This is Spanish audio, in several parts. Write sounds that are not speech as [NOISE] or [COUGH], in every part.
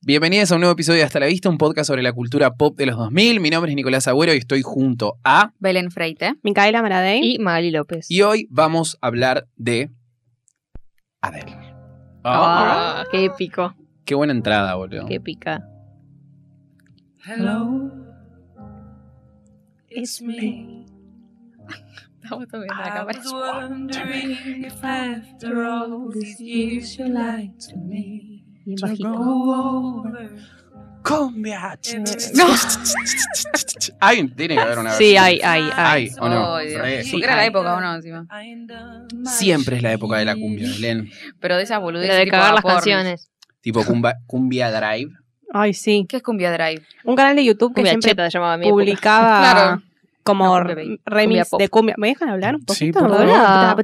Bienvenidos a un nuevo episodio de Hasta la Vista, un podcast sobre la cultura pop de los 2000. Mi nombre es Nicolás Agüero y estoy junto a... Belén Freite Micaela Maradei. y Magali López. Y hoy vamos a hablar de... Adele. Ah, Ah, qué épico, Qué buena entrada, boludo. qué épica. Hello, it's me. Estamos también en la I cámara. was wondering if after all these years you lied to me. Bien To bajito. go over Cumbia. every- No. Ay, tiene que haber una Sí, versión. hay, hay, hay. Ay, o Oh, no. Ay, Dios. Re. Sí. Era la época o no, encima. I've done my Siempre es la época de la cumbia, Belén. Pero de esas boludeces. Lo de tipo cagar las pornos. canciones. Tipo cumba- cumbia drive. Ay, sí. ¿Qué es Cumbia Drive? Un canal de YouTube que Cumbia siempre Cheta llamaba mi época. publicaba Claro. como No, cumbia baby. Cumbia remix pop. de cumbia. ¿Me dejan hablar un poquito? Sí, por Hola.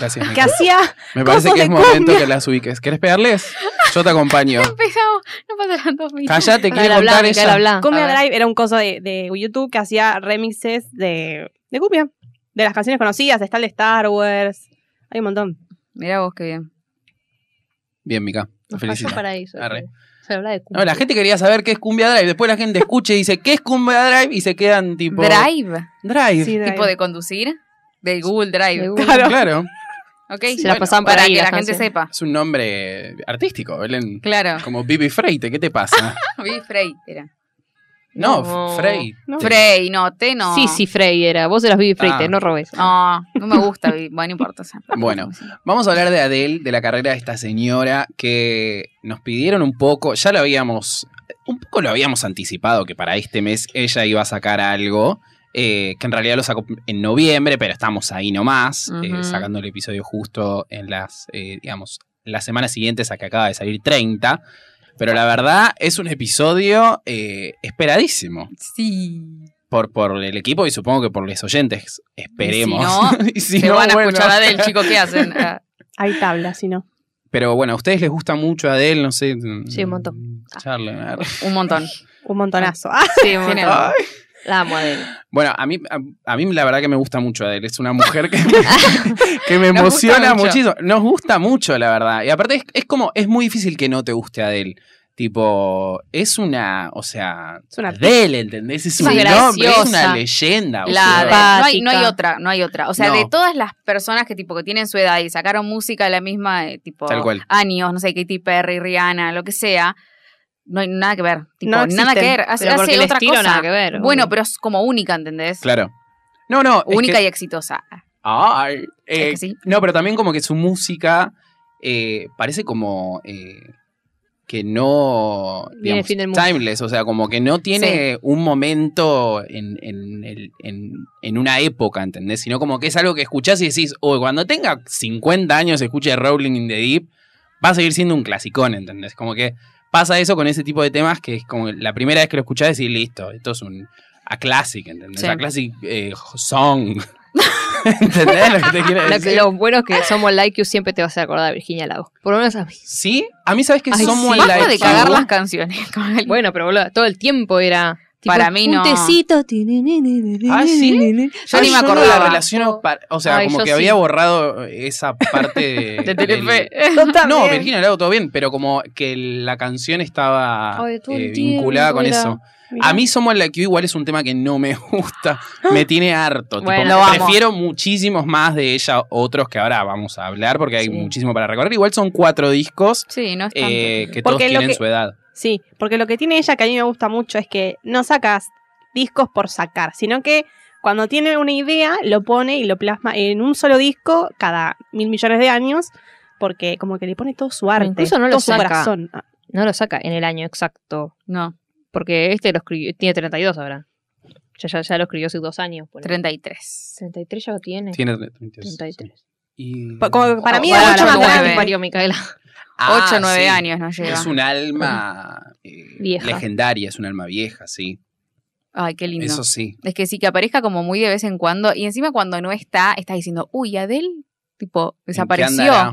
Gracias. Que Nico. hacía Me parece cosas que es de momento cumbia. que las ubiques. ¿Quieres pegarles? Yo te [LAUGHS] acompaño. Empezamos, no pasarán dos minutos. Cállate, quiere Micaela habla, contar Micaela ella. habla. Cumbia A ver. Drive, era un coso de, de YouTube que hacía remixes de, de cumbia. De las canciones conocidas, está el de Star Wars. Hay un montón. Mirá vos qué bien. Bien, Mica. Te Nos felicito. falló para eso. Arre. Se habla de No, cumbia. la gente quería saber qué es cumbia drive. Después la gente escucha y dice, ¿qué es cumbia drive? Y se quedan tipo... Drive. Drive. Sí, Tipo Drive. de conducir. De Google Drive. [LAUGHS] De Google. Claro. Ok. Se la pasaban por para ahí que la las gente canciones. sepa. Es un nombre artístico, Belén. Claro. [LAUGHS] Como Bibi Freite, ¿qué te pasa? Vi Frey. Era. No, No. Frey. No. Frey, no, te no. Sí, sí, Frey era. Vos eras Vivi Freite, Ah. no robes. No, no me gusta. vi- Bueno, no importa. o sea. Bueno. Vamos a hablar de Adele, de la carrera de esta señora que nos pidieron un poco, ya lo habíamos, un poco lo habíamos anticipado que para este mes ella iba a sacar algo, eh, que en realidad lo sacó en noviembre, pero estamos ahí nomás, eh, Ujú. sacando el episodio justo en las, eh, digamos, las semanas siguientes a que acaba de salir 30. Pero la verdad es un episodio eh, esperadísimo Sí. por, por el equipo y supongo que por los oyentes. Esperemos. no, [LAUGHS] Y si Se no, van a bueno. escuchar a del chico [LAUGHS] que hacen. Ah, Hay tablas, si no. Pero bueno, a ustedes les gusta mucho Adele, no sé. mm, Sí, un montón. Charlie, a ver. Un [LAUGHS] montón. Un montonazo. [LAUGHS] Ah, Sí, un Tiene- montón. [LAUGHS] La amo a Adele. Bueno, a mí, a, a mí la verdad que me gusta mucho Adele. Es una mujer que me, que me Nos gusta emociona mucho. muchísimo. Nos gusta mucho, la verdad. Y aparte es, es como, es muy difícil que no te guste Adele. Tipo, es una, o sea, es una Adele, ¿entendés? Es Sí, un nombre, es una graciosa. leyenda. La boludo. de- no, hay, Simpática. no hay otra, no hay otra. O sea, No. de todas las personas que tipo que tienen su edad y sacaron música de la misma, eh, tipo Tal cual. años, no sé, Katy Perry, Rihanna, lo que sea, no hay nada que ver. Tipo, No nada existen. que ver. Hace, Pero hace porque el otra estilo cosa. nada que ver. Bueno, pero es como única, ¿entendés? Claro. No, no. es Única que- y exitosa. Ay, eh, Es que sí. No, pero también como que su música eh, parece como eh, que no Viene digamos, fin del mundo. timeless, o sea, como que no tiene un momento en, en el- en- en una época, ¿entendés? Sino como que es algo que escuchás y decís, o cuando tenga 50 años escuche Rolling in the Deep, va a seguir siendo un clasicón, ¿entendés? Como que pasa eso con ese tipo de temas que es como la primera vez que lo escuchás decís, listo, esto es un a classic, ¿entendés? Sí. A classic eh, song. [LAUGHS] ¿Entendés lo que te quiero [LAUGHS] Lo, decir? que- lo bueno es que Somos Like You siempre te vas a acordar de Virginia Lago. Por lo menos a mí. Sí, a mí sabes que Ay, somos sí. la Basta de Ecu. cagar las canciones. [LAUGHS] con el- Bueno, pero boludo, todo el tiempo era. Para mí no. Un tecito. Ah, ¿sí? Yo ni me no acordaba. la relaciono, pa- o sea, Ay, como yo que sí. había borrado esa parte de, de del- [LAUGHS] Telefe. No, Virginia Lago todo bien, pero como que la canción estaba Ay, todo el eh, vinculada tiempo con era- eso. A mí Somos la que igual es un tema que no me [LAUGHS] gusta, me tiene harto. tipo, Bueno, lo amo. prefiero muchísimos más de ella, otros que ahora vamos a hablar porque hay Sí. muchísimo para recorrer. Igual son cuatro discos Sí, no es tanto. eh, que todos Porque lo tienen que- su edad. Sí, porque lo que tiene ella que a mí me gusta mucho es que no sacas discos por sacar, sino que cuando tiene una idea lo pone y lo plasma en un solo disco cada mil millones de años, porque como que le pone todo su arte, incluso no lo todo su saca. corazón. Ah, No lo saca en el año exacto. no, Porque este lo escribió. Tiene 32 ahora. Ya, ya, ya lo escribió hace dos años. ponele. 33. 33 ya lo tiene. Tiene 32. 33. Y- pa- Como Ah, que para mí Oh, es para mucho la más nueve. grande. que parió Micaela. 8 o 9 sí. años nos lleva. Es un alma eh, Vieja. legendaria, es un alma vieja, sí. Ay, qué lindo. Eso sí. Es que sí, que aparezca como muy de vez en cuando. Y encima cuando no está, estás diciendo, uy, Adel, tipo, ¿En qué desapareció. andará? Ah, [GASPS]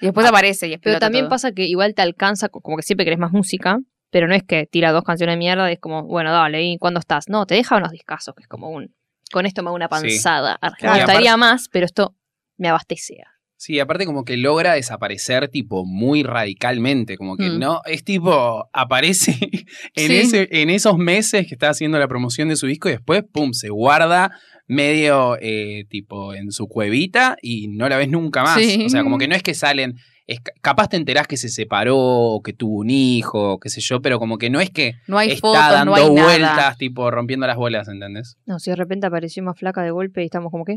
Y después aparece y explota Pero también todo. pasa que igual te alcanza, co- como que siempre querés más música, pero no es que tira dos canciones de mierda y es como, bueno, dale, ¿y cuándo estás? No, te deja unos discazos, que es como un, con esto me hago una Sí. panzada. Ar- Claro. Me gustaría más, pero esto me abastece. Sí, aparte como que logra desaparecer tipo muy radicalmente, como que Mm. no, es tipo, aparece [LAUGHS] en, Sí. ese, en esos meses que está haciendo la promoción de su disco y después, ¡pum!, se guarda medio eh, tipo en su cuevita y no la ves nunca más. Sí. O sea, como que no es que salen, es, ca- capaz te enterás que se separó, o que tuvo un hijo, o qué sé yo, pero como que no es que No hay está fotos, dando no hay vueltas, nada. tipo rompiendo las bolas, ¿entendés? No, si de repente apareció más flaca de golpe y estamos como que.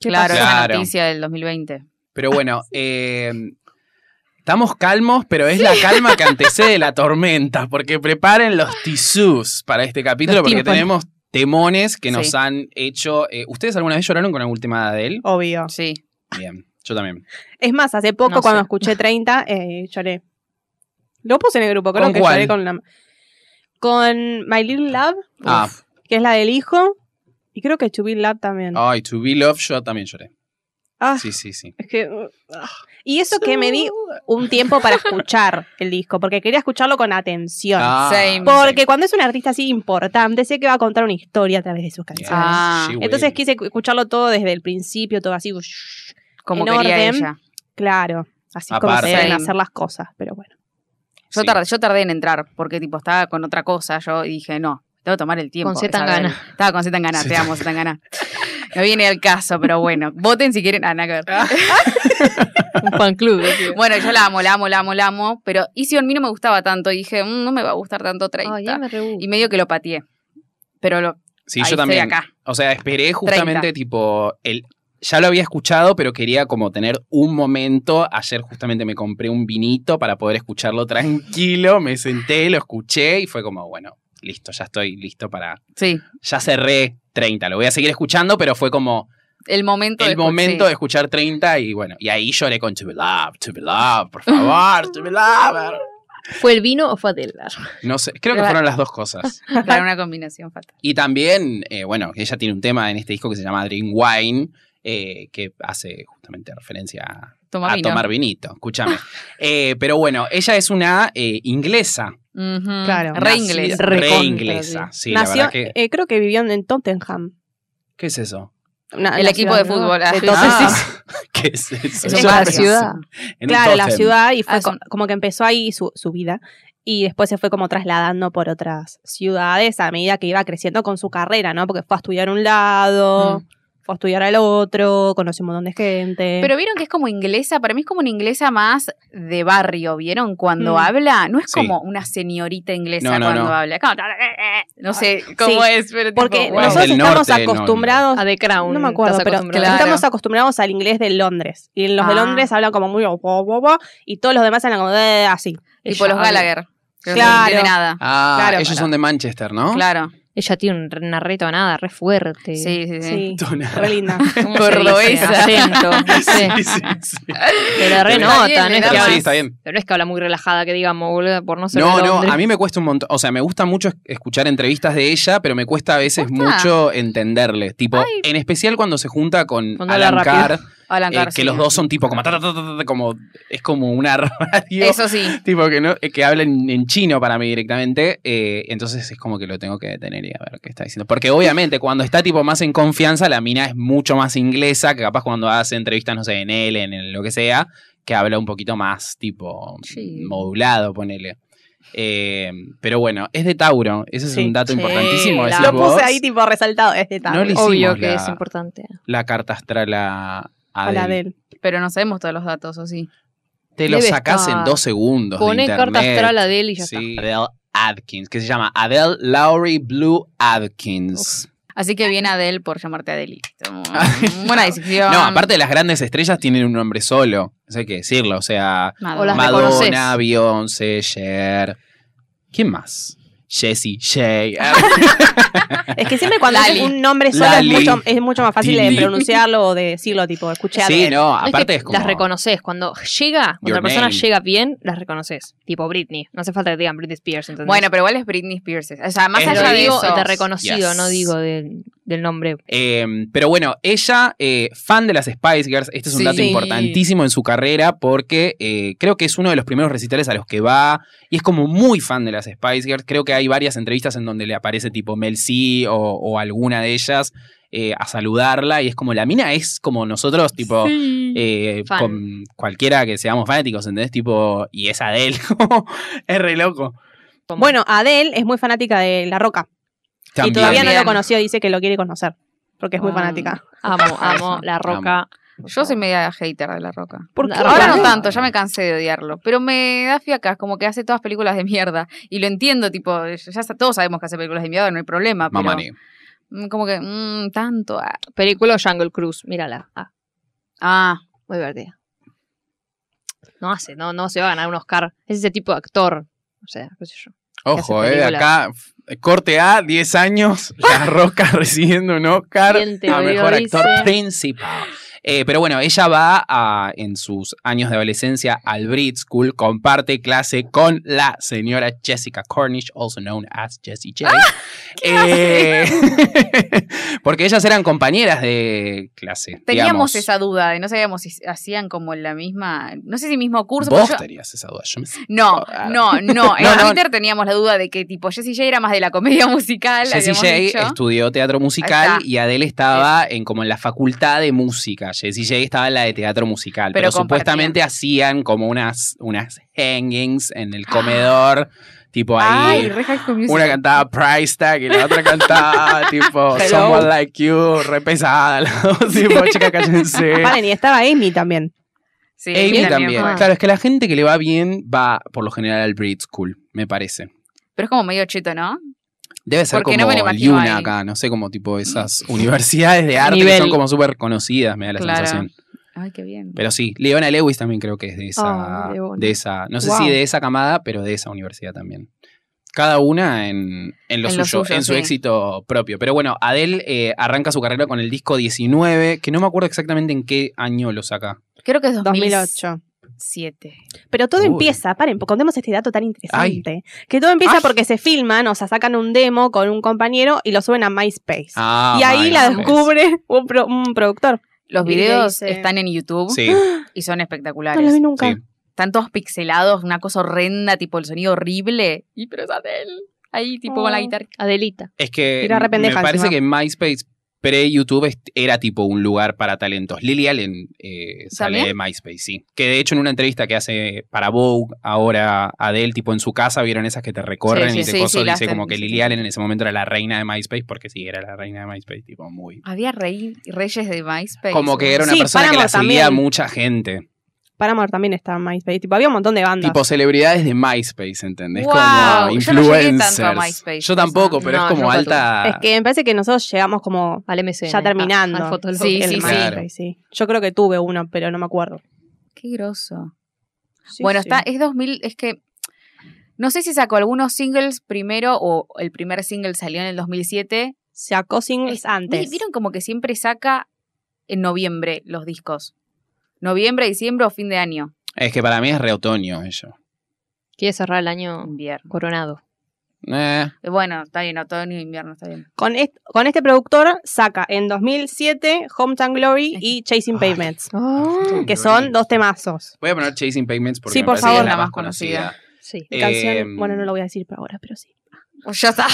Claro, pasó? esa Claro. noticia del 2020. Pero [LAUGHS] bueno, eh, estamos calmos, pero es la calma [LAUGHS] que antecede la tormenta, porque preparen los tisús para este capítulo, Los porque tímpanos. tenemos temones que nos Sí. han hecho... eh, ¿Ustedes alguna vez lloraron con algún tema de Adele? Obvio. Sí. Bien, yo también. Es más, hace poco No cuando sé. [LAUGHS] escuché 30, eh, lloré. Lo puse en el grupo, creo ¿Con que cuál? lloré con la. Con My Little Love, Ah, que es la del hijo. Y creo que To Be Love también. Ah. ay, To Be Love, yo también lloré. Ah, Sí, sí, sí. es que. uh, ah. Y eso que me di un tiempo para escuchar el disco, porque quería escucharlo con atención. Ah, Same. porque cuando es un artista así importante, sé que va a contar una historia a través de sus Yes, canciones. Ah. she will. Entonces quise cu- escucharlo todo desde el principio, todo así. ush, Como En quería orden. ella. Claro, así como Aparte. se deben Same. hacer las cosas, pero bueno. Yo, Sí. tardé, yo tardé en entrar porque tipo estaba con otra cosa. Yo y dije, no, tengo que tomar el tiempo. Con es algo Zetangana. del- Estaba con Zetangana, te Zetangana. amo, Zetangana. No viene al caso, pero bueno. Voten si quieren. Ah, nada que ver. [LAUGHS] Un fan club. ¿eh? Bueno, yo la amo, la amo, la amo, la amo. Pero Easy on Me no me gustaba tanto. Y dije, "Mm, no me va a gustar tanto 30. me Y medio que lo pateé. Pero lo, Sí, ahí yo estoy también. acá. O sea, esperé justamente 30. tipo el ya lo había escuchado, pero quería como tener un momento. Ayer justamente me compré un vinito para poder escucharlo tranquilo, me senté, lo escuché y fue como, bueno, listo, ya estoy listo para Sí, ya cerré 30, lo voy a seguir escuchando, pero fue como el momento. el de escu- momento sí. de escuchar 30 y bueno, y ahí lloré con To Be Love, To Be Love, por favor, To Be [LAUGHS] Love. ¿Fue el vino o fue Adela? No sé, creo que fueron las dos cosas. Claro, una combinación fatal. Y también, eh, bueno, ella tiene un tema en este disco que se llama Dream Wine, eh, que hace justamente referencia a, Toma a vino. tomar vinito, escúchame. Eh, pero bueno, ella es una eh, inglesa. Ujú, Claro. Re inglés. nacida- Re Recontra, inglesa, sí, la Nació, verdad que... eh, creo que vivió en Tottenham. ¿Qué es eso? Una- El la equipo ciudad, de ¿no? fútbol. ah. Ah, [LAUGHS] ¿Qué es eso? Es Yo un en la barrio. ciudad. En un claro, la tótem. ciudad y fue Ah, es co- un- como que empezó ahí su, su vida y después se fue como trasladando por otras ciudades a medida que iba creciendo con su carrera, ¿no? Porque fue a estudiar a un lado, Mm. fue a estudiar al otro, conoció un montón de gente. Pero vieron que es como inglesa, para mí es como una inglesa más de barrio, ¿vieron? Cuando Mm. habla, no es Sí. como una señorita inglesa No, no, cuando no. habla. Como- No sé cómo Sí, es, pero tipo, porque wow. nosotros Del estamos norte, no, acostumbrados, A The no, Ah, Crown. me acuerdo, estás pero acostumbrada. claro. estamos acostumbrados al inglés de Londres y los de Ah. Londres hablan como muy bo- bo- bo- bo, y todos los demás hablan como eh, así. tipo Ella los habla- Gallagher. Que Claro. No entiende nada. Ah, Claro, ellos para- son de Manchester, ¿no? [LAUGHS] Claro. Ella tiene un- una retonada re fuerte. Sí, sí, sí. Sí, Tona. [LAUGHS] re linda. ¿Cómo se Cordobesa. [LAUGHS] dice? Acento, no sé. Sí, sí, sí. Pero re Está nota, bien, no le es da Pero que sí, habla- está bien. Pero no es que habla muy relajada, que digamos, boludo, por no ser No, de no, Londres. a mí me cuesta un montón. O sea, me gusta mucho es- escuchar entrevistas de ella, pero me cuesta a veces ¿Posta? mucho entenderle. Tipo, en especial cuando se junta con Cuando habla Alan Carr, Alan eh, que García. los dos son tipo como, ta, ta, ta, ta, ta, como es como una [LAUGHS] radio. Eso sí. [LAUGHS] Tipo que no, eh, que hablan en chino para mí directamente. eh, entonces es como que lo tengo que detener y a ver qué está diciendo. Porque obviamente cuando está tipo más en confianza, la mina es mucho más inglesa que capaz cuando hace entrevistas, no sé, en él, en el- lo que sea, que habla un poquito más tipo Sí. modulado, ponele. Eh, pero bueno, es de Tauro. Ese [LAUGHS] es Sí. un dato Sí, importantísimo. la- decís Lo vos. puse ahí tipo resaltado desde tal. No le hicimos Obvio que la- es importante. La carta astral a a la Adele. de él. Pero no sabemos todos los datos, ¿o sí? Te lo Debe sacás en estar. dos segundos. de Poné carta internet. astral a Adele y ya Sí. Adele Adkins, que se llama Adele Lowry Blue Adkins. Así que bien Adele por [LAUGHS] llamarte Adelito. Buena decisión. No, aparte las grandes estrellas tienen un nombre solo. Eso hay que decirlo. O sea, Madonna. O las reconoces. Madonna, Beyoncé, Cher. ¿Quién más? Jessie, Ah, [LAUGHS] Shay. Es que siempre cuando Lali. es un nombre solo es Lali. mucho, es mucho más fácil de Tili. pronunciarlo o de decirlo, tipo, escuché a sí, Adele. no, está. eh. No es aparte que es como. Las reconoces. Cuando llega, cuando Your la persona name. llega bien, las reconoces. Tipo Britney. No hace falta que te digan Britney Spears. ¿entendés? Bueno, pero igual es Britney Spears. O sea, más Es Pero allá de digo eso. de reconocido, Yes. no digo del, del nombre. Eh, pero bueno, ella, eh, fan de las Spice Girls, este es un Sí. dato importantísimo en su carrera porque eh, creo que es uno de los primeros recitales a los que va y es como muy fan de las Spice Girls. Creo que hay varias entrevistas en donde le aparece tipo Mel C o, o alguna de ellas eh, a saludarla y es como la mina es como nosotros, tipo, eh, Fan. con cualquiera que seamos fanáticos, ¿entendés? Tipo, y es Adele, [LAUGHS] como, es re loco. Como- Bueno, Adele es muy fanática de La Roca. Y También. eh, todavía no También. lo conoció, dice que lo quiere conocer. Porque es muy Ah. fanática. [LAUGHS] amo, amo La Roca. Yo soy media hater de La Roca. ¿Por La qué? Roca. Ahora no tanto, ya me cansé de odiarlo. Pero me da fiaca, como que hace todas películas de mierda. Y lo entiendo, tipo, ya sa- todos sabemos que hace películas de mierda, no hay problema. Pero, Mamani. mm, Como que, mm, tanto. ah. Película Jungle Cruise, mírala. Ah, Ah, muy divertida. No hace, no, no se va a ganar un Oscar. Es ese tipo de actor. O sea, qué sé yo. Ojo, hace eh, películas. acá, f- corte A, 10 años, [LAUGHS] La Roca recibiendo un Oscar Bien te a lo Mejor Actor dice. Principal. Eh, pero bueno, ella va a, en sus años de adolescencia al Brit School, comparte clase con la señora Jessica Cornish, also known as Jessie J. ¡Ah! Eh, [LAUGHS] porque ellas eran compañeras de clase. teníamos digamos. esa duda de no sabíamos si hacían como la misma, no sé si mismo curso. Vos pero yo- tenías esa duda. Yo me no, [LAUGHS] no, no. En Ah. No, no. Twitter teníamos la duda de que tipo Jessie J era más de la comedia [LAUGHS] musical. Jessie habíamos J dicho. estudió teatro Ahí musical está. y Adele estaba en como en la facultad de música. Jessie J estaba en la de teatro musical. Pero Pero, supuestamente hacían como unas, unas hangings en el comedor. Tipo Ah. Ay, ahí. re High School Musical. una cantaba Price Tag y la [LAUGHS] otra cantaba tipo Hello. Someone Like You, re pesada. las [LAUGHS] dos, tipo, chica, cállense. Paren, y estaba Amy también. Sí, Amy también. fue. Claro, es que la gente que le va bien va por lo general al Breed School, me parece. Pero es como medio cheto, ¿no? Debe ser Porque como no me lo el imagino Yuna ahí. acá, no sé, como tipo esas universidades de arte que Nivel. son como súper conocidas, me da la Claro. sensación. Ay, qué bien. Pero sí, Leona Lewis también creo que es de esa, Ah, Ay, Leona. de esa no sé Wow. si de esa camada, pero de esa universidad también. Cada una en, en lo En suyo, lo suyo, en su sí. éxito propio. Pero bueno, Adele eh, arranca su carrera con el disco 19, que no me acuerdo exactamente en qué año lo saca. Creo que es 2007. 2008. Pero todo Uy. empieza, paren, contemos este dato tan interesante. Que todo Ay. empieza porque se filman, o sea, sacan un demo con un compañero y lo suben a MySpace. Ah, y ahí my la goodness. descubre un, pro- un productor. Los Y le videos dice- están en YouTube [GASPS] Sí, y son No lo espectaculares. vi nunca. sí. están todos pixelados, una cosa horrenda, tipo el sonido horrible. Y pero es Adele. Ahí, tipo con la Oh. guitarra. Adelita. Es que Era re me pendeja parece encima. que MySpace pre-YouTube est- era tipo un lugar para talentos. Lily Allen eh, sale de ¿También? MySpace, sí. Que de hecho en una entrevista que hace para Vogue ahora Adele, tipo en su casa, vieron esas que te recorren Sí, y sí, te sí, coso, sí, las dice como ten- que sí, Lily sí. Allen en ese momento era la reina de MySpace, porque sí, era la reina de MySpace, tipo muy... Había rey- reyes de MySpace. Como que era una Sí, persona que la Paramore seguía también. mucha gente. Paramore también estaba en MySpace. Tipo, había un montón de bandas. Tipo celebridades de MySpace, ¿entendés? Wow, como yo no llegué tanto a influencers. Yo, MySpace, o sea, tampoco, pero no, es como yo alta... es que me parece que nosotros llegamos como Al MCN. Ya terminando. Ah, al Fotolog. Sí, el sí, sí. MySpace, sí. Yo creo que tuve uno, pero no me acuerdo. Qué groso. Sí, bueno, sí. está, es 2000, es que. No sé si sacó algunos singles primero o el primer single salió en el 2007. Sacó singles antes. Vi- Vieron como que siempre saca en noviembre los discos. Noviembre, diciembre o fin de año. Es que para mí es re otoño ello. Quiere cerrar el año Invierno. coronado. Eh. Eh, Bueno, está bien, otoño, invierno, está [LAUGHS] bien. Con, est- con este productor saca en 2007 Hometown Glory y Chasing Ay. Pavements, Ah. Ay, que Glory. son dos temazos. Voy a poner Chasing Payments porque Sí, me por parece que favor. es la La más más conocida. Sí. Eh, Canción, bueno, no lo voy a decir por ahora, pero sí. Pues ya está.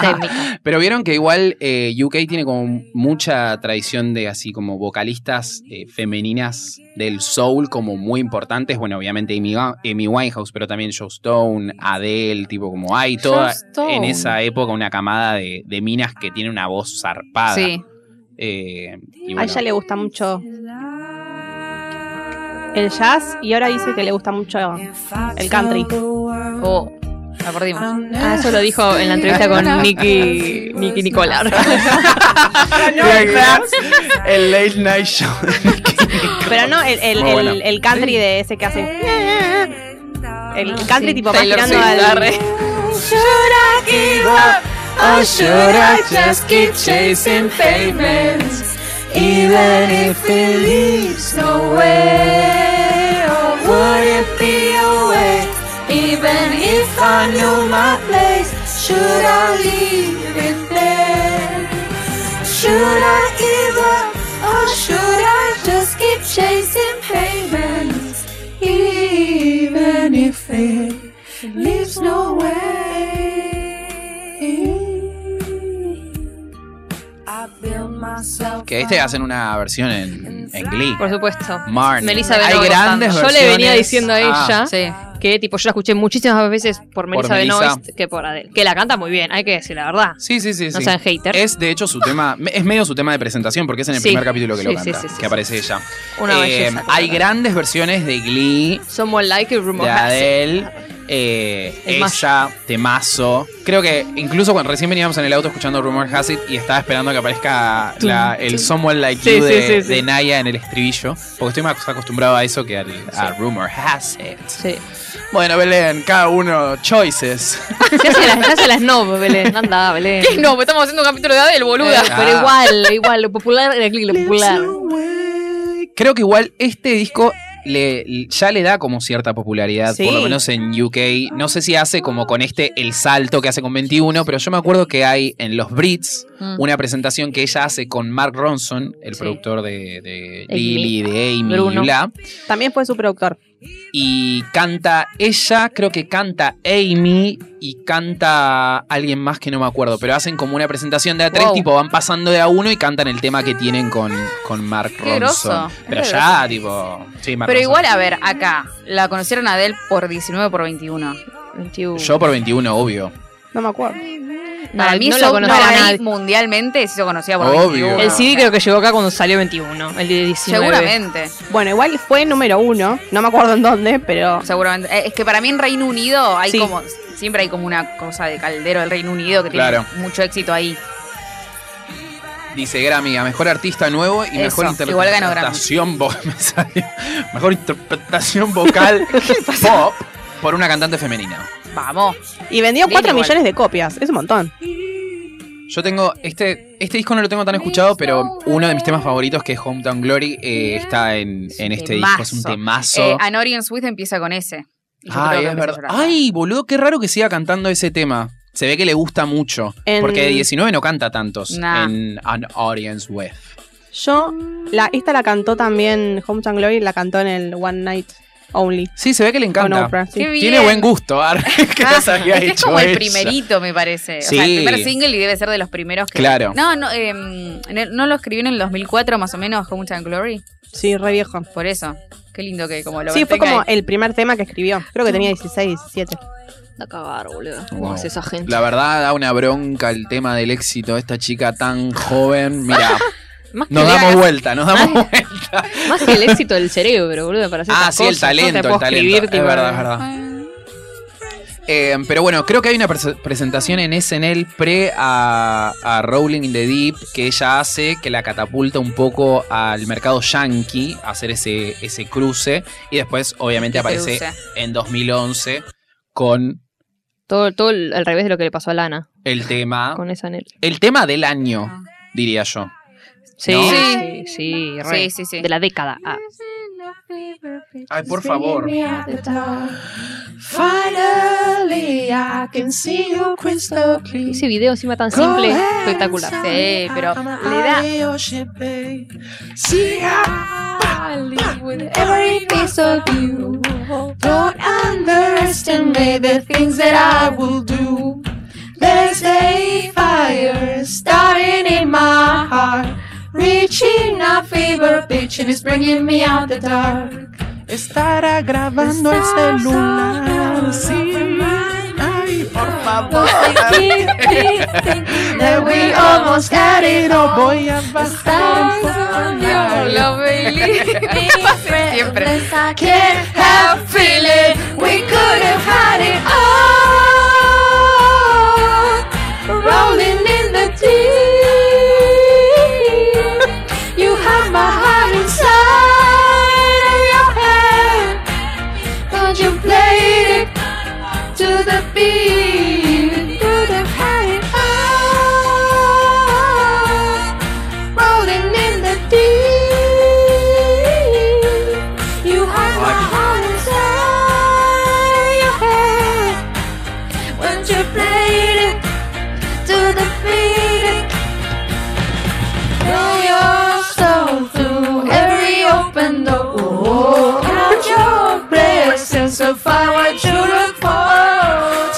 Sépmica. Pero vieron que igual eh, UK tiene como mucha tradición de así como vocalistas eh, femeninas del soul como muy importantes. Bueno, obviamente Amy, Wa- Amy Winehouse, pero también Joe Stone, Adele, tipo como hay toda Joe Stone. en esa época una camada de, de minas que tiene una voz zarpada. Sí. Eh, y A bueno, ella le gusta mucho el jazz y ahora dice que le gusta mucho el country. Oh, la perdimos. Ah, eso lo dijo en la entrevista con Nicky, Nicky Nicolar. [LAUGHS] el late night show. Pero no el, el- Muy el- buena. el country de ese que hace. El country tipo más Ah, Taylor tirando Swift, [LAUGHS] al... arre. Ah, Or Oh, should I just keep chasing payments, even if it leads nowhere? Or would it be a way, even if I knew my place? Should I leave it there? Should I give up, or should I just keep chasing payments, even if it leaves no way. I build myself Que este hacen una versión en, en Glee. Por supuesto. Marnie. Melissa Hay Benoist grandes cantando. Yo le venía versiones. diciendo a Ah, ella Sí. que tipo yo la escuché muchísimas veces por Melissa Melissa. Benoist que por Adele. Que la canta muy bien, hay que decir la verdad. Sí, sí, sí. No sí. sean haters. Es de hecho su tema, me- es medio su tema de presentación porque es en el Sí. primer capítulo que lo Sí, canta, sí, sí, sí, que aparece ella. Una Eh, belleza. hay grandes versiones de Glee, Someone Like a Rumor de [LAUGHS] Has It. Adele, eh, El mayo. ella, Temazo. Creo que incluso cuando recién veníamos en el auto escuchando Rumor Has It y estaba esperando que aparezca la- el Someone Like Sí, You sí, de, sí, sí. de Naya en el estribillo, porque estoy más acostumbrado a eso que al, a Rumor Has It. Sí. Bueno, Belén, cada uno, choices. Se hace la, se hace la snob, Belén. Anda, Belén. ¿Qué? No, estamos haciendo un capítulo de Adel, boluda. Eh, Pero Ah. igual, igual, lo popular era clic, lo popular. Creo que igual este disco le, ya le da como cierta popularidad, Sí. por lo menos en UK. No sé si hace como con este el salto que hace con 21, pero yo me acuerdo que hay en los Brits Mm. una presentación que ella hace con Mark Ronson, el Sí. productor de, de Amy, Lily, de Amy, Bruno. y bla. También fue su productor. Y canta ella, creo que canta Amy y canta alguien más que no me acuerdo, pero hacen como una presentación de a tres, Wow. tipo van pasando de a uno y cantan el tema que tienen con, con Mark Qué Ronson. groso, Pero qué ya, tipo. Sí, Mark Pero Ronson. igual, a ver, acá, la conocieron a Adele por 19 por 21. 21. Yo por 21, obvio. No me acuerdo. No, para mí, no eso- lo conocía para mí nadie. mundialmente se lo conocía por Obvio. 21. El CD creo que llegó acá cuando salió 21, el de 19. Seguramente, Bueno, igual fue número uno. No me acuerdo en dónde, pero. seguramente. Eh, Es que para mí en Reino Unido hay Sí. como siempre hay como una cosa de caldero del Reino Unido que Claro. tiene mucho éxito ahí. Dice Grammy, a mejor artista nuevo y mejor Eso, igual ganó interpretación [LAUGHS] vocal. mejor interpretación [LAUGHS] vocal pop por una cantante femenina. Vamos. Y vendió Bien 4 igual. millones de copias. Es un montón. Yo tengo este este disco no lo tengo tan escuchado, pero uno de mis temas favoritos que es Hometown Glory eh, está en, en este disco, es un temazo. Eh, An Orient Swift empieza con ese. Y yo creo Ay, que Ah, es empecé a verdad. llorar. Ay, boludo, qué raro que siga cantando ese tema. Se ve que le gusta mucho, En- porque de 19 no canta tantos Nah. en An Audience With. Yo, la, esta la cantó también Hometown Glory, la cantó en el One Night Only. Sí, se ve que le Con encanta. Oprah, sí. Qué bien. Tiene buen gusto, [LAUGHS] Ar, que no Ah, se había es que es hecho como el eso. primerito, me parece. O sea, Sí. el primer single y debe ser de los primeros que. Claro. No, no, eh, no- no lo escribió en el 2004 más o menos, Hometown Glory. Sí, re viejo. Por eso. Qué lindo que como lo Sí, fue mantenga como ahí. el primer tema que escribió. Creo que tenía 16, 17. A cagar, boludo. ¿Cómo Wow. hace esa gente? La verdad, da una bronca el tema del éxito de esta chica tan joven. [LAUGHS] Mira, Más que, nos el- damos vuelta, nos damos Ay. vuelta. más que el éxito del cerebro, boludo, para hacer Ah, estas sí, el cosas. No te talento, puedo el talento. escribir, Es tipo, verdad, es verdad. Eh, pero bueno, creo que hay una prese- presentación en SNL pre a, a Rolling in the Deep que ella hace, que la catapulta un poco al mercado yankee, a hacer ese, ese cruce. Y después, obviamente, Y aparece seduce. en 2011 con Todo, todo el- al revés de lo que le pasó a Lana el tema. con Ah. esa Nel. El tema del año, diría yo. Sí, ¿No? sí, sí, re. Sí, sí, sí. De la década. Ah, Ay, por favor. Finally, I can see you crystal clear. ese video encima tan simple, espectacular. Sí, pero le da- See I live Ah, with every piece of you. Don't underestimate the things that I will do. There's a fire starting in my heart, reaching a fever pitch and it's bringing me out the dark. Estará grabando el celular, sí. Ay, por favor. that we almost had it all. voy a Stars on your Lo believe. Siempre. Siempre. I can't help feeling we could have had it all. Rolling in the deep. You have my heart inside of your hand. Don't you play it to the beat? You could have had it all. Rolling in the deep. You have my heart inside your hand. Won't you play it to the beat? Throw your soul through every open door. Count your blessings to find what you look for.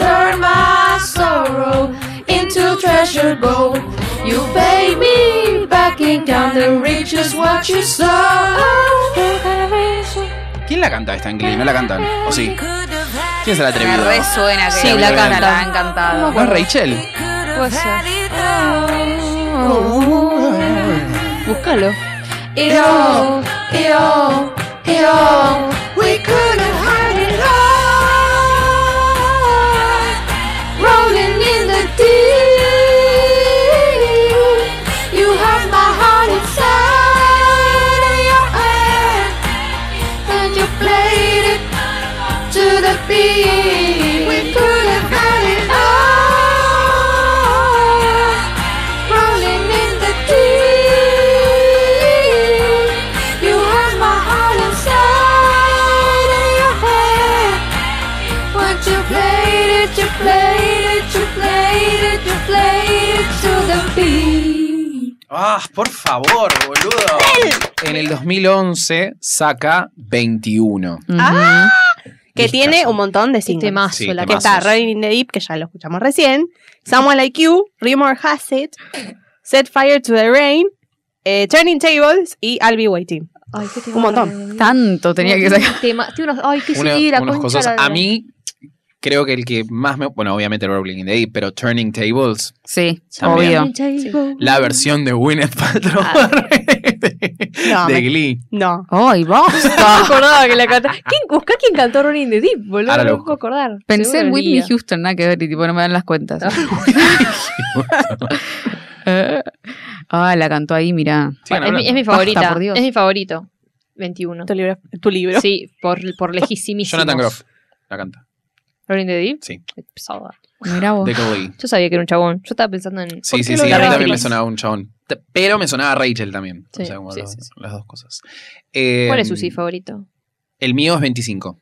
Turn my sorrow into treasure gold. You pay me back and count the reach is what you saw. ¿Quién la canta esta en Glee? No la cantan. ¿O sí? ¿Quién es el Me atrevido? resuena que Sí, la canta, canta. la encantada. ¿No es Rachel? Pues Puede ser. Ah. Búscalo. It all, it all, it all. We could have had it all. Rolling in the deep. You have my heart inside of your hand. And you played it to the beat. We could have had it all. Rolling in the deep. You have my heart inside of your head. But you played it, you played it, you played it, you played it to the beat. ¡Ah, por favor, boludo! En el 2011 saca 21. Ah, Que Discazo. tiene un montón de este singles. mazo, Sí, la temazo. Que que está temazos. Rolling in the Deep, que ya lo escuchamos recién. Someone Like You, Rumor Has It, Set Fire to the Rain, eh, Turning Tables y I'll Be Waiting. Ay, qué tema Un montón. re- Tanto tenía que Tiene sacar. tema- tiene unos, ay, qué Una- sí, la unas concha cosas. la de- A mí, creo que el que más me. Bueno, obviamente Rolling in the Deep, pero Turning Tables. Sí, También. obvio. Sí. [LAUGHS] La versión de Gwyneth Paltrow Ah. [LAUGHS] de, No, de me- Glee. No. ¡Ay, No me basta! acordaba que la cantaba. ¿Quién, busca quién cantó Rolling in the Deep, boludo. Ahora lo no me puedo acordar. Pensé en Seguro Whitney había. Houston, nada que ver, y tipo, no me dan las cuentas. Eh. [LAUGHS] Ah, la cantó ahí, mirá. Sigan Es mi, es mi hablando. Basta, favorita. por Dios. Es mi favorito. 21. Tu libro. Tu libro. Sí, por, por lejísimísimo. Jonathan Groff la canta. Rolling in the Deep. Sí. Qué pesado. Mirá vos. De Glee. Yo sabía que era un chabón. Yo estaba pensando en. Sí, sí, lo sí. A mí agarraste? también me sonaba un chabón. T- Pero me sonaba Rachel también. Sí, o sea, como sí, los- sí, sí. las dos cosas. Eh, ¿Cuál es su sí favorito? El mío es 25.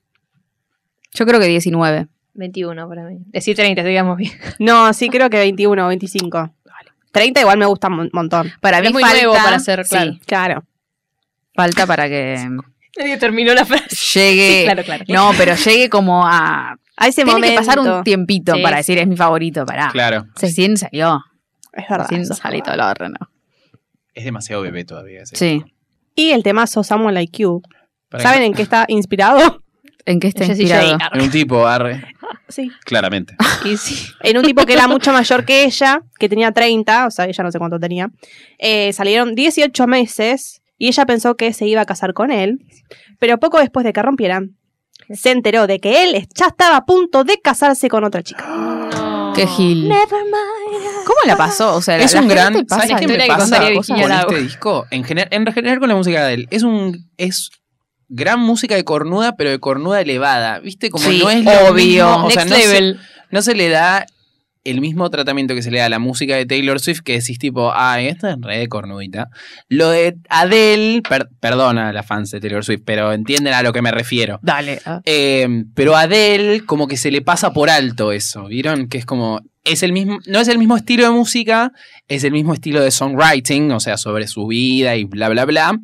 Yo creo que 19. 21 para mí. Decir 30, digamos bien. [LAUGHS] No, sí creo que 21 o 25. 30 igual me gusta un montón. Para mí Es muy falta, nuevo para ser, sí, claro. Claro. falta para [LAUGHS] que Nadie terminó la frase. llegue. claro, claro. No, pero llegue como a. Eh, A ese Tiene que momento. pasar un tiempito Sí, para sí. decir es mi favorito, Ah. pará. Claro. Recién salió. Es verdad. Recién eso es salió verdad. todo lo horrendo. Es demasiado bebé todavía. ese Sí. disco. Y el temazo Someone Like You. Para ¿Saben que- en qué está inspirado? ¿En qué está Yo sí, inspirado? En un tipo, arre. Sí. Claramente. Y sí. En un tipo que [LAUGHS] era mucho mayor que ella, que tenía 30, o sea, ella no sé cuánto tenía. Eh, salieron 18 meses y ella pensó que se iba a casar con él, pero poco después de que rompieran, se enteró de que él ya estaba a punto de casarse con otra [GASPS] chica. Qué gil. ¿Cómo la pasó? O sea, Es la un gente gran. pasa ¿Sabes qué historia me que pasa contaría con Virginia Lago. este disco? En, gener- en general con la música de él. Es un. Es gran música de cornuda, pero de cornuda elevada. ¿Viste? Como Sí, no es lo obvio. mismo, o sea, Next no se- level. no se le da el mismo tratamiento que se le da a la música de Taylor Swift, que decís tipo, ay, esto es re de cornudita. Lo de Adele, per- perdona a las fans de Taylor Swift, pero entienden a lo que me refiero. Dale. ah. Eh, pero Adele, como que se le pasa por alto eso, ¿vieron? Que es como, es el mismo, no es el mismo estilo de música, es el mismo estilo de songwriting, o sea, sobre su vida y bla, bla, bla.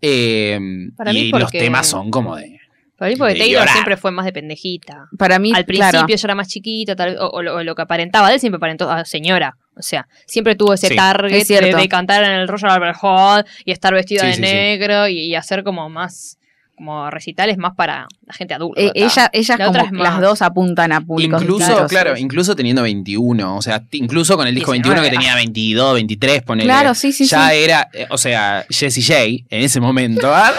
Eh, Para mí y los porque- temas son como de... Para mí, porque De Taylor llorar. siempre fue más de pendejita. Para mí, Al principio claro. yo era más chiquita, tal, o, o lo, o lo que aparentaba de él siempre aparentó a señora. O sea, siempre tuvo ese Sí, target es cierto. de, de cantar en el Royal Albert Hall y estar vestida Sí, de sí, sí. negro y, y hacer como más, como recitales más para la gente adulta. Eh, ella, ellas La como otra es las más. dos apuntan a públicos Incluso, distintos. claro, incluso teniendo 21, o sea, t- incluso con el disco 19, 21 que tenía 22, 23, ponele. Claro, sí, sí, ya sí. era, eh, o sea, Jessie J en ese momento, [LAUGHS] ¿ah?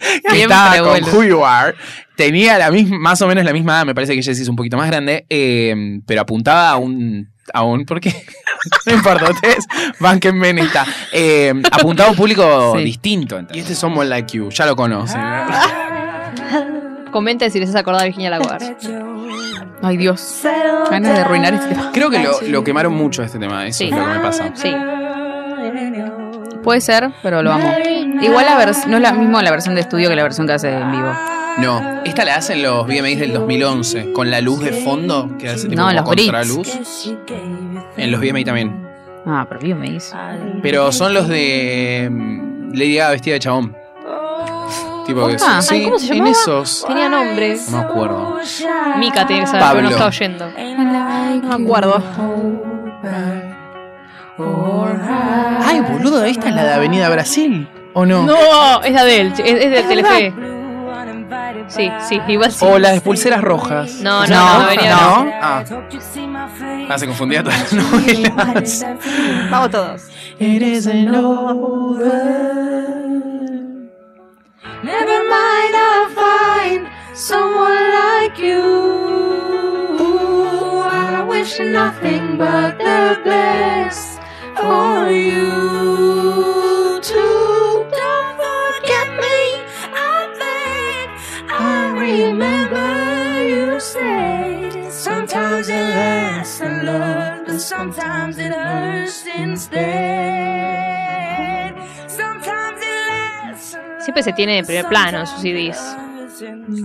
que Siempre, estaba con boludo. Who You Are, tenía la misma, más o menos la misma edad, me parece que Jessie es un poquito más grande, eh, pero apuntaba a un, a un, ¿por qué? [LAUGHS] no importa, ustedes banquenme en esta. Eh, apuntaba a un público [LAUGHS] Sí. distinto, ¿entendés? Y este Someone Like You, ya lo conocen. Comenta si les has acordado de Virginia [LAUGHS] Laguardia. Ay, Dios. Ganas de arruinar este tema. Creo que lo, lo quemaron mucho este tema, eso Sí. es lo que me pasa. Sí. Puede ser, pero lo amo. Igual la vers- no es la misma la versión de estudio que la versión que hace en vivo. No, esta la hacen los VMAs del 2011, con la luz de fondo, que hace tipo No, como los Brits. contraluz. En los VMA también. Ah, pero bien me dice. Pero son los de mm, Lady Gaga vestida de chabón. Tipo que Opa. son- sí, Ay, ¿cómo se en llamaba? esos. Tenía nombre. No me acuerdo. Mica tiene que saber, Pablo. pero no está oyendo. No me acuerdo. Ay, boludo, esta es la de Avenida Brasil, ¿o no? No, es la de él, es, es del Telefe. Sí, sí, igual sí. O las de pulseras rojas. No, no, No, no, venía no. no. Ah. Ah, se confundía todas las novelas. Vamos todos. It isn't over. Never mind, I'll find someone like you. I wish nothing but the best for you. too. Don't forget me. I think I remember you said sometimes it lasts in love, but sometimes it hurts instead. Sometimes it lasts. in love, Siempre se tiene en primer plano sus CDs. sometimes it's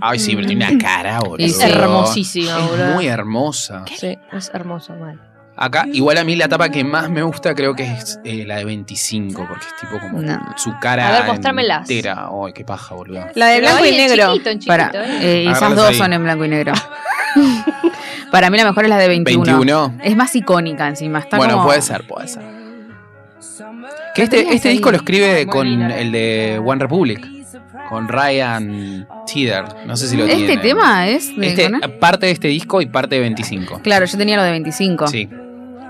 Ay, sí, pero tiene una cara, boludo. Es hermosísima, Es boludo. muy hermosa. Sí, es hermoso, mal. Acá, igual a mí la tapa que más me gusta creo que es eh, la de 25, porque es tipo como No. su cara A ver, mostrámelas. entera. Ay, qué paja, boludo. La de blanco Ay, y en negro. chiquito, en chiquito, Para, ¿eh? eh, y esas Agarras dos ahí. son en blanco y negro. [LAUGHS] Para mí la mejor es la de 21. 21. Es más icónica encima. Está Bueno, como- puede ser, puede ser. Que este, este disco lo escribe con el de One Republic, con Ryan Teeter. No sé si lo Este tiene. tema es de Este, Conan. parte de este disco y parte de 25. Claro, yo tenía lo de 25. Sí.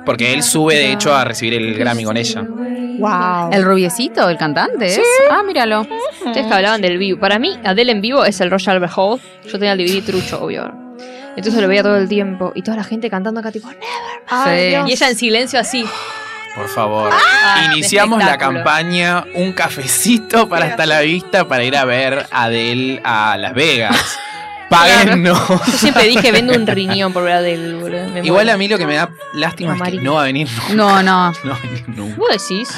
Porque él sube, de hecho, a recibir el Grammy con ella. Wow. El rubiecito, el cantante. es? Ah, míralo. Ustedes que hablaban del vivo. Para mí, Adele en vivo es el Royal Albert Hall. Yo tenía el DVD trucho, obvio. Entonces lo veía todo el tiempo. Y toda la gente cantando acá, tipo, "Never". Sí. Y ella en silencio así. Por favor. Ah, [LAUGHS] Iniciamos de la espectáculo. campaña Un cafecito para hasta la vista para ir a ver a Adele a Las Vegas. Páguennos. Yo siempre dije, vendo un riñón por ver a Adele, boludo. Me Igual muero. a mí lo que me da lástima es que Amarillo. no va a venir [LAUGHS] nunca. No, no. No va a venir nunca. ¿Vos decís?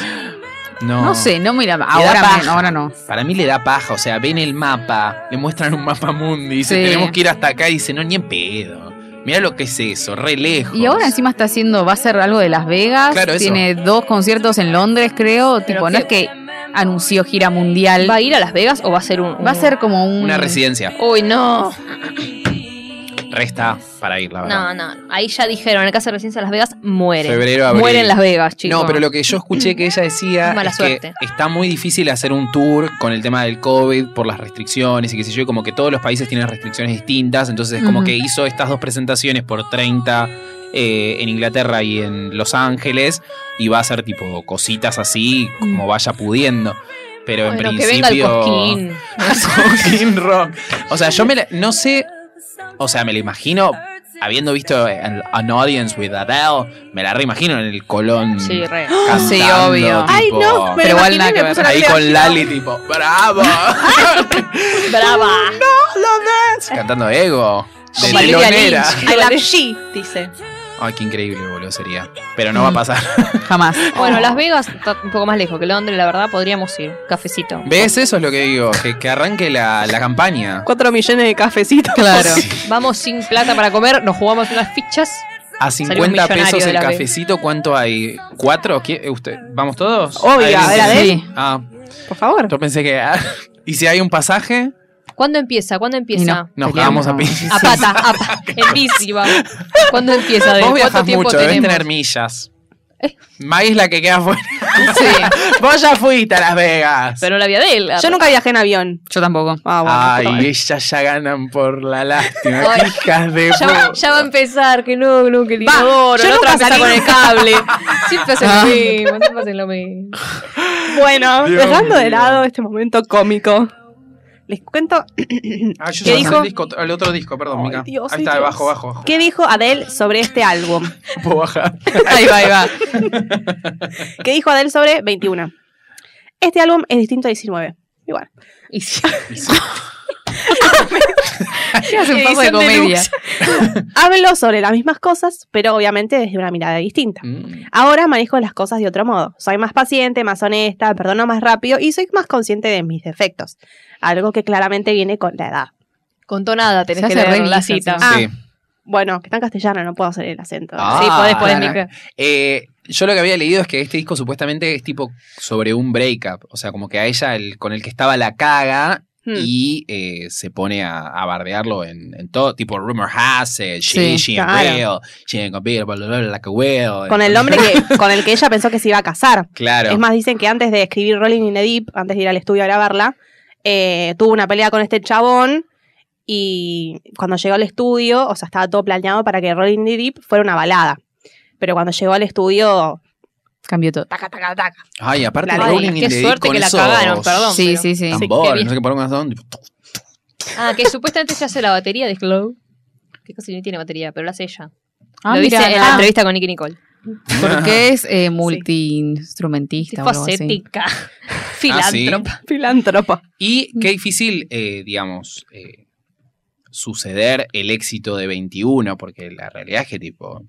No. No sé, no mira. da Ahora, paja. menos, ahora no. Para mí le da paja, o sea, ven el mapa, le muestran un mapa mundi, dice, Sí. tenemos que ir hasta acá, y dice, no, ni en pedo. Mira lo que es eso, re lejos. Y ahora encima está haciendo, va a ser algo de Las Vegas. Claro, eso. Tiene dos conciertos en Londres, creo. Tipo, no es que anunció gira mundial. ¿Va a ir a Las Vegas o va a ser un.? Va a ser como un. Una residencia. Uy, no. Resta para ir, la verdad. No, no. Ahí ya dijeron, en el caso de residencia de Las Vegas, mueren. Febrero, abril. Mueren Las Vegas, chicos. No, pero lo que yo escuché que ella decía Mala es que suerte. está muy difícil hacer un tour con el tema del COVID por las restricciones y qué sé yo, y como que todos los países tienen restricciones distintas, entonces es como Ujú. que hizo estas dos presentaciones por 30 eh, en Inglaterra y en Los Ángeles y va a hacer tipo cositas así como vaya pudiendo. Pero en Mm. Bueno, que principio... venga el [LAUGHS] cosquín. Cosquín Rock. O sea, yo me la- no sé, o sea, me la imagino habiendo visto an, An Audience with Adele, me la reimagino en el Colón. Sí, [GASPS] re. cantando, Sí, obvio. Ay, tipo, no, me Pero lo igual imaginé, nada que me ver. puse la Ahí piel con de Lali, tipo, [LAUGHS] ¡bravo! Brava. Cantando ego. De Con Valeria telonera. Lynch. I love she, [LAUGHS] dice. Ay, qué increíble, boludo, sería. Pero Mm. no va a pasar. Jamás. [LAUGHS] Bueno, Las Vegas está un poco más lejos que Londres, la verdad, podríamos ir. Cafecito. ¿Ves? Eso es lo que digo. Que, que arranque la, la campaña. Cuatro millones de cafecitos. Claro. Vamos sin plata para comer, nos jugamos unas fichas. A un 50 millonario pesos de el la B. cafecito, ¿cuánto hay? ¿Cuatro? ¿Qui- usted? ¿Vamos todos? Obvio, Ahí a ver, dice. a ver. Sí. Ah, Por favor. yo pensé que. ah, [LAUGHS] ¿Y si hay un pasaje? ¿Cuándo empieza? ¿Cuándo empieza? Nos vamos Peleamos, a [LAUGHS] no. piso. A pata, [LAUGHS] a pa- en bici, vamos. ¿Cuándo empieza? ¿De Vos cuánto viajas tiempo mucho, ¿eh? debes tenemos? tener millas. Eh. Maggie es la que queda fuera. Sí. [LAUGHS] Vos ya fuiste a Las Vegas. Pero no la vía de él. Yo nunca viajé en avión. Yo tampoco. [LAUGHS] Ah, bueno. Ay, ellas ya ganan por la lástima. Ay. qué hijas de Ya, va- puta. ya va a empezar, que no, no, que el Va, inodoro, yo la nunca otra empieza salí. con el cable. Siempre hacen Ah. lo mismo, siempre hacen lo mismo. [LAUGHS] Bueno, Dios dejando de mío. lado este momento cómico, les cuento Ah, yo ¿Qué ya dijo? pasé El, disco- el otro disco, perdón, Ay, Mica. Dios, Ahí está, Dios. bajo, bajo, bajo. qué dijo Adele sobre este álbum. Puedo bajar. Ahí va, ahí va. ¿Qué dijo Adele sobre 21? Este álbum es distinto a 19. Igual. Y si- [LAUGHS] ¿Qué hace un poco de Edición comedia? deluxe. Hablo sobre las mismas cosas, pero obviamente desde una mirada distinta. Mm. Ahora manejo las cosas de otro modo. Soy más paciente, más honesta, perdono más rápido y soy más consciente de mis defectos. Algo que claramente viene con la edad. Contó nada, tenés Se que hace leer re la vieja, cita. Ah, Sí. Bueno, que está en castellano, no puedo hacer el acento. Ah, sí, podés, podés, claro. Mica. Eh, yo lo que había leído es que este disco supuestamente es tipo sobre un breakup. O sea, como que a ella el, con el que estaba la caga Hmm. y eh, se pone a, a bardearlo en, en todo, tipo Rumor Has It, Sí, She, she ain't claro. real, she ain't gonna be, blah, blah, blah, like a whale. Con el hombre [LAUGHS] que, con el que ella pensó que se iba a casar. Claro. Es más, dicen que antes de escribir Rolling in the Deep, antes de ir al estudio a grabarla, eh, tuvo una pelea con este chabón y cuando llegó al estudio, o sea, estaba todo planeado para que Rolling in the Deep fuera una balada. Pero cuando llegó al estudio, Cambió todo. taca, taca, taca. Ay, aparte La de ley. Rolling in Qué the Deep suerte con que la esos cagaron, perdón. Sí, pero- sí, sí. Sí, qué Tambores, bien. no sé qué porongas son. tipo, Ah, que supuestamente se hace la batería de Glow. Que casi no tiene batería, pero la hace ella. Ah, Lo dice mira, en la Ah. entrevista con Nicky Nicole. Porque es eh, multiinstrumentista o algo así. Facética. Ah, [LAUGHS] Filántropa. [LAUGHS] Filántropo. Y Mm. qué difícil, eh, digamos, eh, suceder el éxito de 21, porque la realidad es que, tipo,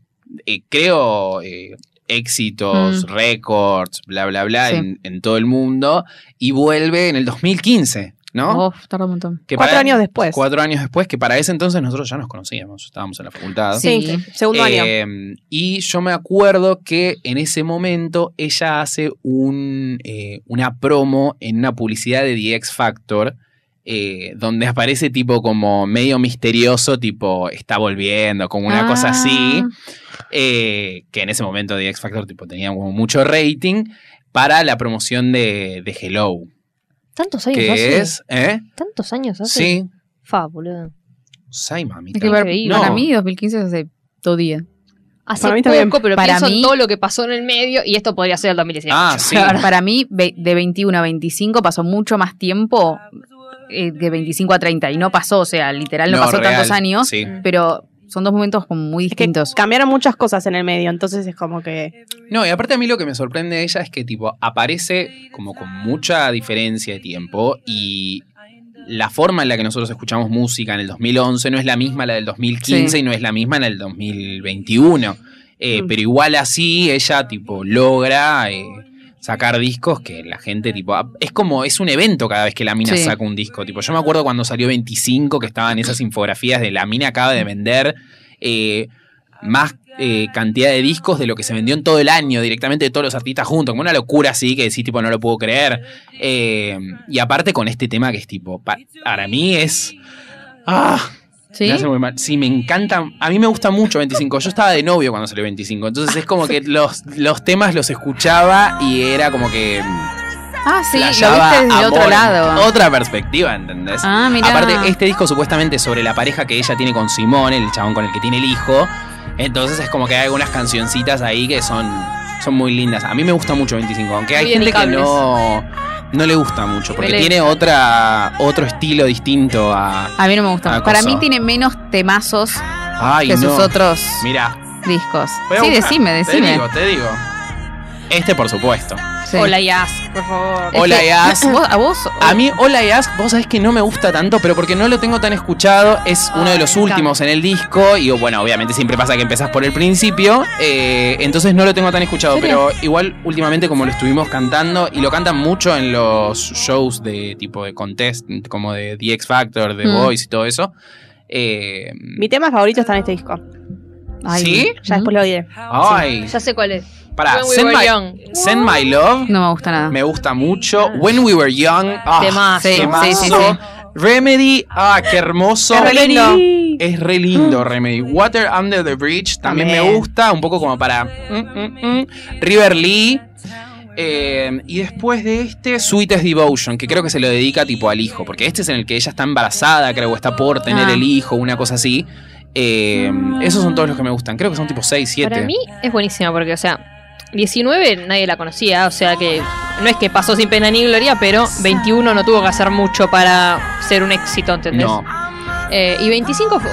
eh, creo eh, éxitos, Mm. récords, bla, bla, bla, Sí. en, en todo el mundo, y vuelve en el 2015, ¿no? Uf, tarda un montón. Que Oh, Cuatro para- años después. Cuatro años después, que para ese entonces nosotros ya nos conocíamos, estábamos en la facultad. Sí, Sí. segundo año. Eh, y yo me acuerdo que en ese momento ella hace un, eh, una promo en una publicidad de The X Factor. eh, donde aparece tipo como medio misterioso, tipo está volviendo, como una cosa Ah. así, eh, que en ese momento The X Factor tipo, tenía como mucho rating para la promoción de, de Hello, ¿Tantos años hace? que es... ¿Eh? ¿Tantos años hace? Sí, Fa, boludo. Sai mami. Hay que ver, Increíble. Para No. mí 2015 es hace dos días. Hace Para mí poco, también. pero Para pienso mí- en todo lo que pasó en el medio y esto podría ser el 2018. Ah, [LAUGHS] sí. Para mí ve- de 21 a 25 pasó mucho más tiempo eh, de 25 a 30 y no pasó, o sea, literal no, pasó real, tantos años, Sí. pero son dos momentos como muy Es que distintos. cambiaron muchas cosas en el medio, entonces es como que. No, y aparte a mí lo que me sorprende de ella es que tipo aparece como con mucha diferencia de tiempo y la forma en la que nosotros escuchamos música en el 2011 no es la misma la del 2015 Sí. y no es la misma en el 2021. Eh, Mm. Pero igual así ella tipo logra eh, sacar discos que la gente tipo... ah, Es como, es un evento cada vez que la mina Sí. saca un disco. Tipo, yo me acuerdo cuando salió 25 que estaban esas infografías de la mina acaba de vender... eh, más eh, cantidad de discos de lo que se vendió en todo el año, directamente de todos los artistas juntos, como una locura así que decís, tipo, no lo puedo creer. Eh, y aparte con este tema que es tipo, pa- para mí es. ¡Ah! ¿Sí? Me hace muy mal. Sí, me encanta. A mí me gusta mucho 25. Yo estaba de novio cuando salió 25. Entonces es como [LAUGHS] que los, los temas los escuchaba y era como que. Ah, sí, lo flasheaba viste desde el amor otro en lado. Otra perspectiva, ¿entendés? Ah, mira. Aparte, este disco supuestamente es sobre la pareja que ella tiene con Simón, el chabón con el que tiene el hijo. Entonces es como que hay algunas cancioncitas ahí que son, son muy lindas. A mí me gusta mucho 25, aunque hay Muy gente que dedicables. no, no le gusta mucho, porque Belén. tiene otra, otro estilo distinto a... A mí no me gustó. Ah, Para cosa. mí tiene menos temazos Ay, que no. sus otros Mira, discos. Sí, decime, Te decime. digo, te digo. Este, por supuesto. Sí. Hola, Yas, por favor. Es Hola, que- Yas. [LAUGHS] ¿Vos- a vos. A mí, Hola y Ask, vos sabés que no me gusta tanto, pero porque no lo tengo tan escuchado, es uno de los Ay, me últimos en el disco. Y bueno, obviamente siempre pasa que empezás por el principio, eh, entonces no lo tengo tan escuchado. Pero igual, últimamente, como lo estuvimos cantando, y lo cantan mucho en los shows de tipo de contest, como de The X Factor, de Mm. Voice y todo eso. eh, Mi tema favorito está en este disco. Ay, ¿Sí? ujú. Ya después lo diré. Ay, Ya sé cuál es. pará, When we Send were My, young. Send My Love. No me gusta nada. Me gusta mucho. Ah. When We Were Young. Ah, Temazo. Sí, sí, sí, temazo. sí. Remedy. Ah, qué hermoso. Es re lindo. Es re lindo Remedy. Water Under the Bridge también, También. me gusta, un poco como para mm, mm, mm. River Lee. Eh, y después de este, Sweetest Devotion, que creo que se lo dedica tipo al hijo, porque este es en el que ella está embarazada, creo que está por tener Ah. el hijo, una cosa así. Eh, Ah. esos son todos los que me gustan, creo que son tipo 6, 7. Para mí es buenísima porque, o sea, 19 nadie la conocía, o sea que no es que pasó sin pena ni gloria, pero 21 no tuvo que hacer mucho para ser un éxito, ¿entendés? no. Eh, y 25, fu-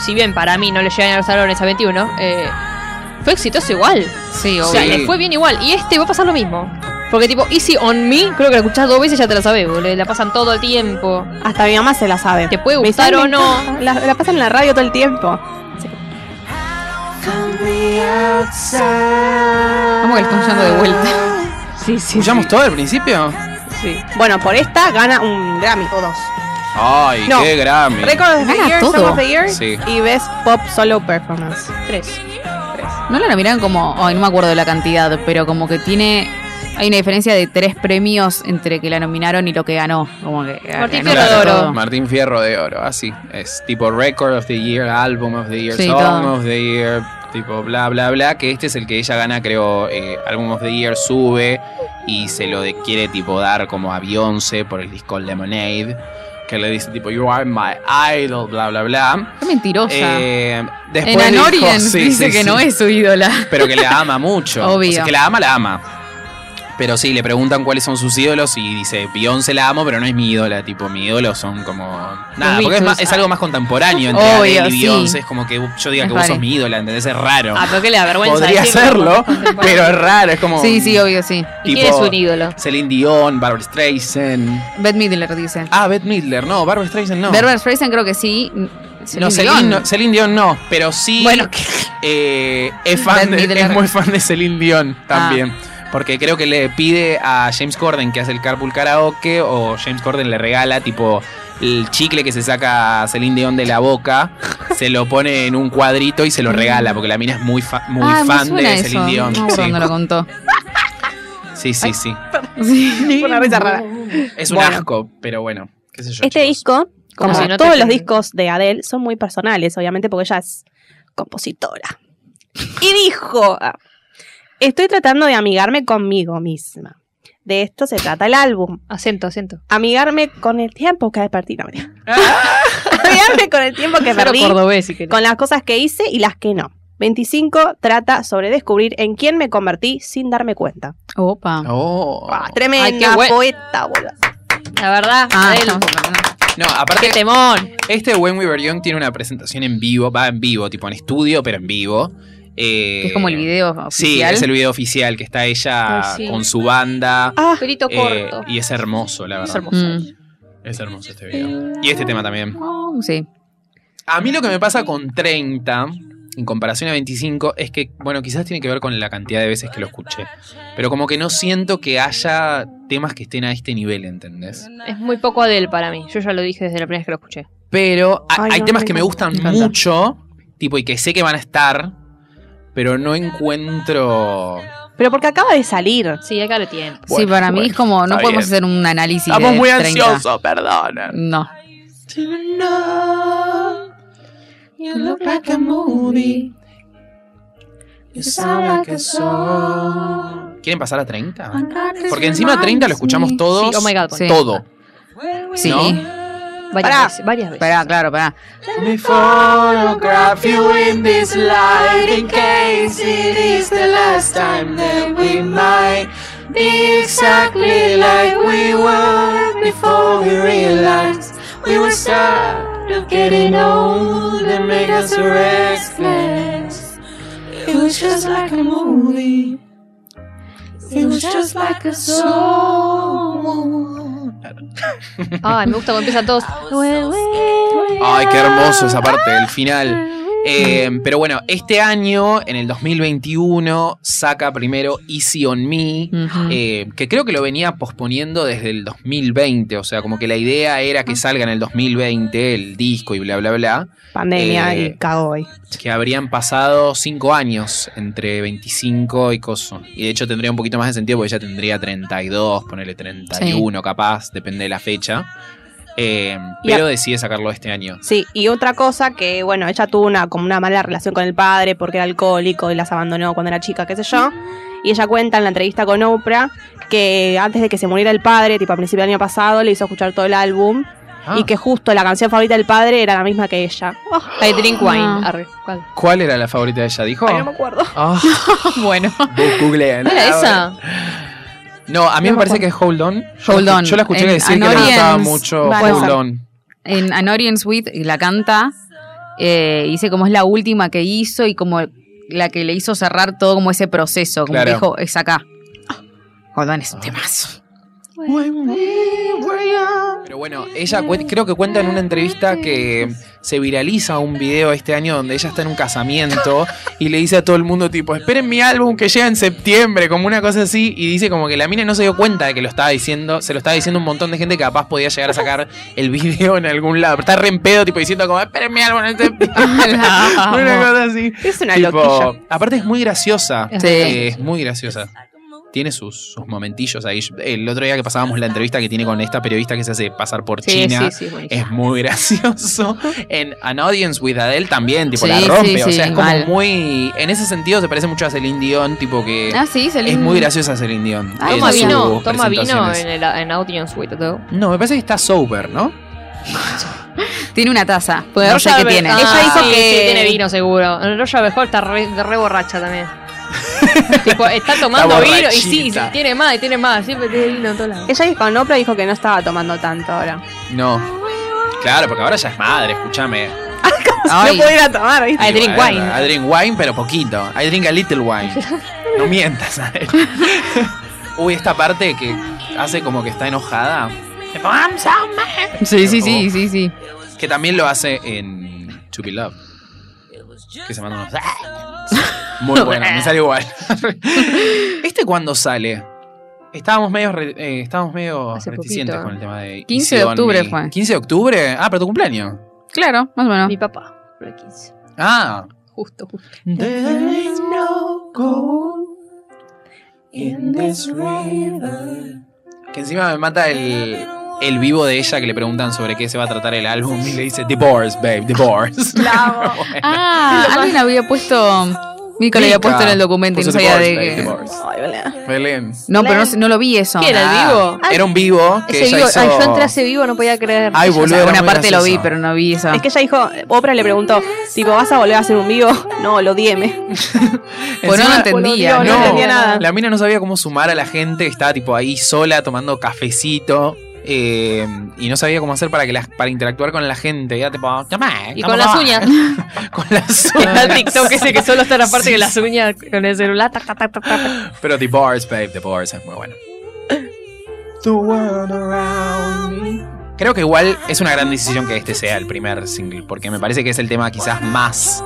si bien para mí no le llegan a los salones a 21, eh, fue exitoso igual. Sí, O obvio. sea, Sí. le fue bien igual. Y este va a pasar lo mismo. Porque tipo, Easy on Me, creo que la escuchás dos veces y ya te la sabés, boludo. La pasan todo el tiempo. Hasta mi mamá se la sabe. Te puede Me gustar sabe, o me no. encanta. La, la pasan en la radio todo el tiempo. Vamos que le estamos yendo de vuelta. Sí, sí. ¿Escuchamos todo al principio? Bueno, por esta gana un Grammy o dos. Ay, No. qué Grammy. Record of the Gana Year, todo. Song of the Year Sí. y Best Pop Solo Performance. Tres. No la nominaron como. Ay, no me acuerdo de la cantidad, pero como que tiene Hay una diferencia de tres premios entre que la nominaron y lo que ganó. Como que ah, Martín ganó Fierro de todo. Oro. Martín Fierro de Oro, así. Es tipo Record of the Year, Album of the Year, Sí, Song todo. of the Year, tipo bla, bla, bla. Que este es el que ella gana, creo, eh, Album of the Year, sube y se lo de- quiere tipo dar como a Beyoncé por el disco Lemonade. Que le dice tipo, You are my idol, bla, bla, bla. Qué mentirosa. Eh, después en dijo- [LAUGHS] Anorian sí, dice sí, que sí. no es su ídola. pero que la ama mucho. Obvio. O sea, que la ama, la ama. Pero sí, le preguntan cuáles son sus ídolos y dice, Beyoncé la amo, pero no es mi ídola. Tipo, mi ídolo son como... Nada, porque es, Beatles, más- es ah. algo más contemporáneo entre Obvio, Adele y sí. Beyoncé. Es como que yo diga Es que vos sos raro. mi ídola, ¿entendés? Es raro. Ah, pero que le da vergüenza. Podría decirlo. [LAUGHS] serlo, pero es raro. Es como... Sí, sí, obvio, sí. ¿Y Tipo, quién es un ídolo? Celine Dion, Barbra Streisand... Beth Midler dice. Ah, Beth Midler, no, Barbra Streisand no. Berber Streisand creo que sí. no, Celine Celine, Dion. no, Celine Dion no, pero sí... Bueno, que- Eh, [LAUGHS] es, fan Bad de- Midler. es muy fan de Celine Dion Ah. también. Porque creo que le pide a James Corden que hace el carpool karaoke o James Corden le regala tipo el chicle que se saca a Celine Dion de la boca, se lo pone en un cuadrito y se lo regala porque la mina es muy, fa- muy Ah, me fan suena de Celine eso. Dion. No me acuerdo dónde [LAUGHS] lo contó. Sí, sí, sí, sí. Sí. Fue una risa rara. Es un Bueno. asco, pero bueno, qué sé yo. Este chicos. disco, como si no te todos los ten- discos de Adele, son muy personales, obviamente, porque ella es compositora. Y dijo, ah, estoy tratando de amigarme conmigo misma. De esto se trata el álbum. Acento, acento. Amigarme con el tiempo que perdí. No, mentira. [LAUGHS] amigarme con el tiempo que Pero perdí, Ah. cordobés, si querés. con las cosas que hice y las que no. 25 trata sobre descubrir en quién me convertí sin darme cuenta. Opa. Oh. Ah, tremenda qué buen- poeta, boludo. La verdad, Ah, Adele, estamos hablando. No, aparte qué temón. Este When We Were Young tiene una presentación en vivo, va en vivo, tipo en estudio, pero en vivo. Eh, Que es como el video oficial. Sí, es el video oficial que está ella Ay, sí. con su banda. Ah, Pelito eh, corto. y es hermoso, la verdad. Es Es hermoso. hermoso. Mm. este video. Y este tema también. Oh, sí. A mí lo que me pasa con 30, en comparación a 25, es que, bueno, quizás tiene que ver con la cantidad de veces que lo escuché. Pero como que no siento que haya temas que estén a este nivel, ¿entendés? Es muy poco Adele para mí. Yo ya lo dije desde la primera vez que lo escuché. Pero ha- Ay, hay no, temas me que me gustan encanta. mucho, tipo, y que sé que van a estar, pero no encuentro. pero porque acaba de salir. Sí, acá lo tiene. sí, Bueno, para mí bueno, es como, no está podemos bien. hacer un análisis. Estamos de muy 30. ansiosos, perdonen. No. You look like a movie. You sound like a song. ¿Quieren pasar a 30? Porque encima 30 lo escuchamos todos. Sí, oh my God, sí. Todo. Sí. ¿No? Varias Pará. veces. Varias veces. Pará, claro, pará. Let me photograph you in this light in case it is the last time that we might be exactly like we were before we realized we were tired of getting old and made us restless. It was just like a movie. It was just like a song. Ay, me gusta cuando empiezan todos. Ay, qué hermoso esa parte del final. Ah. Eh, pero bueno, este año, en el 2021, saca primero Easy on Me. Ujú. eh, que creo que lo venía posponiendo desde el 2020, o sea, como que la idea era que salga en el 2020 el disco y bla, bla, bla, Pandemia Eh, y cago hoy. que habrían pasado 5 años entre 25 y coso. Y de hecho tendría un poquito más de sentido porque ella tendría 32, ponele 31 capaz, depende de la fecha. Eh, Y a- pero decide sacarlo este año. Sí, y otra cosa que, bueno, ella tuvo una, como una mala relación con el padre porque era alcohólico y las abandonó cuando era chica, qué sé yo. Y ella cuenta en la entrevista con Oprah que antes de que se muriera el padre, tipo a principio del año pasado, le hizo escuchar todo el álbum Ah, y que justo la canción favorita del padre era la misma que ella. Ah, I drink wine. No. Arre, ¿cuál? ¿Cuál era la favorita de ella? Dijo. ay, no me acuerdo. [LAUGHS] Ah, Bueno. vos googleen. ¿No era esa? No, a mí me No me parece que es Hold On. Yo Hold la escu- On. Yo la escuché En decir que le Anorians, gustaba mucho vale. Hold On. En An Audience With y la canta. eh, dice como es la última que hizo y como la que le hizo cerrar todo como ese proceso. Como Claro. que dijo, es acá. Jodón, es [LAUGHS] un temazo. Pero bueno, ella cuen- creo que cuenta en una entrevista que se viraliza un video este año donde ella está en un casamiento y le dice a todo el mundo tipo, esperen mi álbum que llega en septiembre, como una cosa así, y dice como que la mina no se dio cuenta de que lo estaba diciendo, se lo estaba diciendo un montón de gente que capaz podía llegar a sacar el video en algún lado, pero está re en pedo tipo diciendo como, esperen mi álbum en septiembre, [LAUGHS] La amo. una cosa así. Es una Tipo, loquilla. aparte es muy graciosa, Es Eh, es muy graciosa. tiene sus, sus momentillos ahí. El otro día que pasábamos la entrevista que tiene con esta periodista que se hace pasar por Sí, China. sí, sí, buenísimo. Es muy gracioso. En An Audience with Adele también, tipo, Sí, la rompe. sí, o sea, sí, es como mal. muy. En ese sentido se parece mucho a Celine Dion, tipo que. Ah, sí, Celine. Es muy graciosa Celine Dion. Ah, en Toma sus vino, toma vino presentaciones. en, el, en Audience with Adele. No, me parece que está sober, ¿no? Tiene una taza. Pues no sé qué Ah. tiene. Ella dijo que tiene vino. vino seguro. En Roger Bejol está re, re borracha también. tipo, está tomando Está vino y sí, sí, borrachita. tiene más, y tiene más. Siempre tiene vino en todos lados. Ella con Oprah dijo que no estaba tomando tanto ahora. [LAUGHS] No. Claro, porque ahora ya es madre, escúchame. Ay. No pudiera tomar, [LAUGHS] ¿viste? I drink Bueno, wine. eh, I drink wine, pero poquito. I drink a little wine. No mientas, Adel. [LAUGHS] Uy, esta parte que hace como que está enojada. Tipo, "I'm so mad". Sí, sí, sí, sí, sí. Que también lo hace en To Be Love. Que se manda unos. Muy bueno, me sale igual. ¿Este cuándo sale? Estábamos medio, re- eh, estábamos medio Hace reticentes poquito, con el tema de. 15 de octubre Isidoni. fue. 15 de octubre. Ah, pero tu cumpleaños. Claro, más [LAUGHS] o menos. Mi papá, lo quiso. Ah. Justo, justo. There is no gold in this river. Que encima me mata el, el vivo de ella que le preguntan sobre qué se va a tratar el álbum y le dice Divorce, babe, divorce. Ah, [LAUGHS] alguien había puesto. Mica lo había Mica puesto en el documento y no puso sabía de divorce, babe, qué. divorce. Ay, boludo. Belén. Ah, No, pero no, sé- no lo vi eso. ¿Qué era el vivo? Era un vivo que Ese ella vivo, hizo. ay, yo entré a ese vivo, no podía creer. Ay, O boludo, sea, era una muy parte lo vi, gracioso. pero no vi Ah. eso. Es que ella dijo, Oprah le preguntó, tipo, ¿vas a volver a hacer un vivo? No, lo dieme. Pues no lo Encima- entendía. boludo, No, no entendía nada. La mina no sabía cómo sumar a la gente, estaba tipo ahí sola tomando cafecito. eh, y no sabía cómo hacer para que las- para interactuar con la gente. Era tipo, "Tomá, Y ¿cómo con las va?" uñas. con las Está el uñas. TikTok ese que solo está la parte de las uñas con el celular. tac, tac, tac, tac, tac. Pero Divorce, babe, Divorce es muy bueno. The world around me. Creo que igual es una gran decisión que este sea el primer single, porque me parece que es el tema quizás más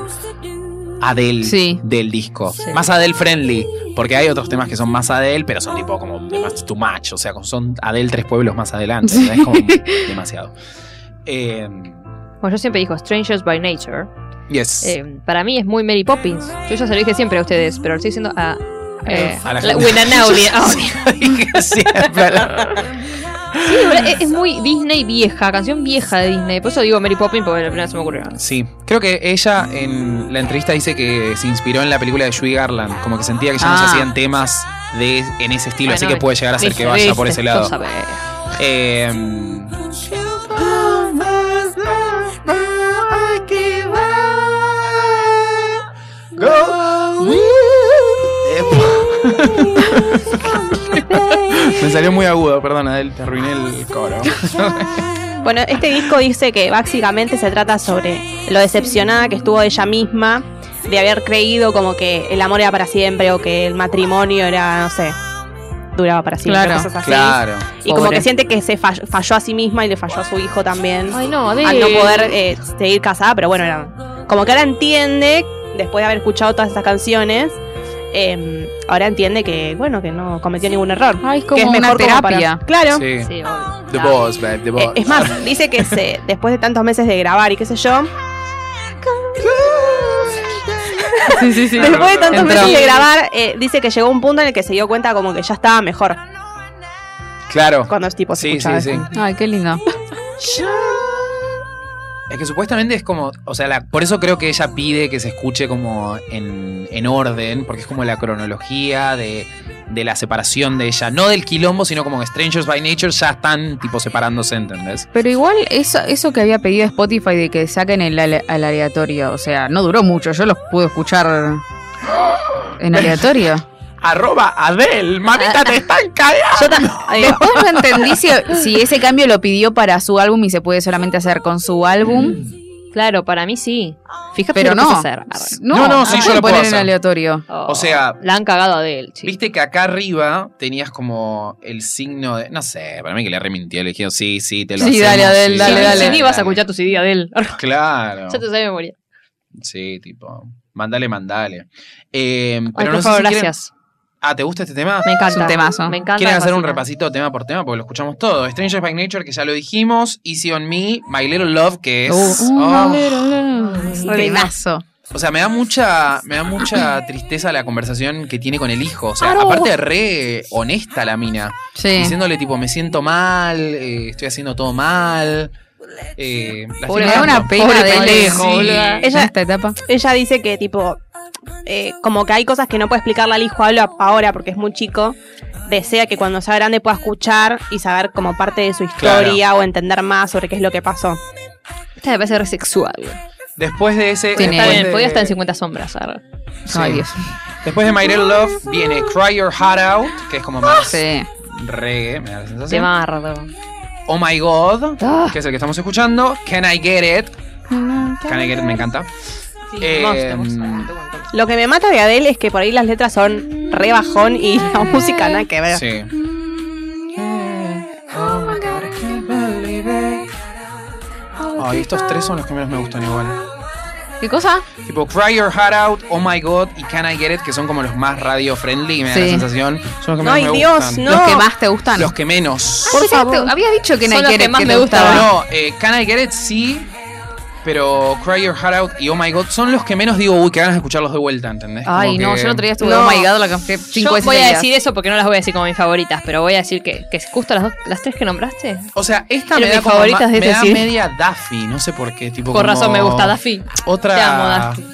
Adele Sí. del disco. Más Adele friendly, porque hay otros temas que son más Adele, pero son tipo como demás too much, o sea, como son Adele tres pueblos más adelante, ¿verdad? es como demasiado. Eh, Bueno, yo siempre digo Strangers by Nature. yes. Eh, para mí es muy Mary Poppins. Yo ya se lo dije siempre a ustedes, pero lo estoy diciendo a. eh, A la la- gente. when [LAUGHS] an audi- audi- Dije siempre. Sí, de verdad, es, es muy Disney vieja, canción vieja de Disney. Por eso digo Mary Poppins porque la primera se me ocurrió. Sí, creo que ella en la entrevista dice que se inspiró en la película de Judy Garland, como que sentía que ya no se Ah. hacían temas de en ese estilo, Bueno, así que puede llegar a ser que vaya viste, por ese vos lado. sabés. Eh, [LAUGHS] me salió muy agudo, perdón, Adel, te arruiné el coro. [LAUGHS] Bueno, este disco dice que básicamente se trata sobre lo decepcionada que estuvo ella misma de haber creído como que el amor era para siempre o que el matrimonio era, no sé, duraba para siempre. Claro. cosas así. Claro. Y como Pobre. que siente que se fall- falló, a sí misma y le falló a su hijo también. Ay, no, Adele. al no poder eh, seguir casada, pero bueno, era, como que ahora entiende, después de haber escuchado todas esas canciones, eh, ahora entiende que, bueno, que no cometió ningún error. Ay, es como que una como para- terapia. [LAUGHS] claro. Sí. Sí, obvio. The boss, babe, the boss. Eh, es más, dice que se, después de tantos meses de grabar y qué sé yo, Sí, sí, sí. después de tantos Entró. meses de grabar, eh, dice que llegó un punto en el que se dio cuenta como que ya estaba mejor Claro. cuando es tipo se Sí, escuchaba sí, eso. Ay, qué lindo. Es que supuestamente es como, o sea, la- por eso creo que ella pide que se escuche como en, en orden, porque es como la cronología de, de la separación de ella, no del quilombo, sino como que Strangers by Nature ya están tipo separándose, ¿entendés? Pero igual eso, eso que había pedido Spotify de que saquen el ale- al aleatorio, o sea, no duró mucho, yo los pude escuchar en aleatorio. Arroba Adel, Ah, mamita, te están cagando. Yo tam- Después no entendí si, si ese cambio lo pidió para su álbum y se puede solamente hacer con su álbum, Mm. Claro, para mí sí. Fíjate pero lo que no. vas a hacer. Arre. No, No, no, no, sí, yo lo puedo poner en hacer. aleatorio. Oh, O sea- La han cagado a Adele, chicos. Viste que acá arriba tenías como el signo de, no sé, para mí que le remintió, le dijeron, sí, sí, te lo Sí, hacemos, dale, Adel, sí, dale, Sí, dale. sí, ni vas a escuchar tu CD Adele. Claro. [LAUGHS] Ya te sabes de memoria. Sí, tipo, mandale, mandale. Eh, Ay, pero por no sé favor, si quieren- gracias. Ah, ¿te gusta este tema? Me encanta. Es un temazo. Me encanta. ¿Quieren me hacer un fascina. repasito tema por tema? Porque lo escuchamos todo. Strangers by Nature, que ya lo Ah. dijimos. Easy on Me, My Little Love, que es. Uh, oh, Temazo. O oh. sea, me da mucha, me da mucha tristeza la conversación que tiene con el hijo. O sea, Claro. aparte re honesta la mina. Sí. Diciéndole tipo, me siento mal, eh, estoy haciendo todo mal. Eh, la estoy me Pobre, da cagando. una pena Pobre de pendejo, lejos, boluda. En esta etapa. Ella dice que, tipo, eh, como que hay cosas que no puede explicarle al hijo hablo ahora porque es muy chico. Desea que cuando sea grande pueda escuchar y saber como parte de su historia o entender más sobre qué es lo que pasó. Esta me parece re sexual. Después de ese. Tiene- Está después bien, de- podía estar en 50 sombras. arre. Sí. Ay, Dios. Después de My Little Love viene Cry Your Heart Out, que es como más Sí. reggae, me da la sensación. De mardo. Oh My God, Ah. que es el que estamos escuchando. Can I Get It? Can I Get It me encanta. Eh, Lo que me mata de Adele es que por ahí las letras son re bajón y la música nada que ver. Sí. Ay, estos tres son los que menos me gustan igual. ¿Qué cosa? Tipo Cry Your Heart Out, Oh My God y Can I Get It, que son como los más radio friendly, me da la Sí. sensación. Son los que menos Ay, me Dios, gustan. no. Los que más te gustan. Los que menos. Por favor. Habías dicho que Son Nike los era que el más que me te gustaban. gustaba. No, eh, Can I Get It sí, pero Cry Your Heart Out y Oh My God son los que menos digo, uy, que ganas de escucharlos de vuelta, ¿entendés? Como Ay, no, que- yo el otro día estuve, No. oh my god, la canté Yo cinco voy veces a seguidas. decir eso porque no las voy a decir como mis favoritas, pero voy a decir que, que justo las, dos, las tres que nombraste. O sea, esta Pero me da, mis como favoritas ma- de me este da sí. media Daffy, no sé por qué. Tipo Por como- razón me gusta Daffy. Otra. Te amo, Daffy.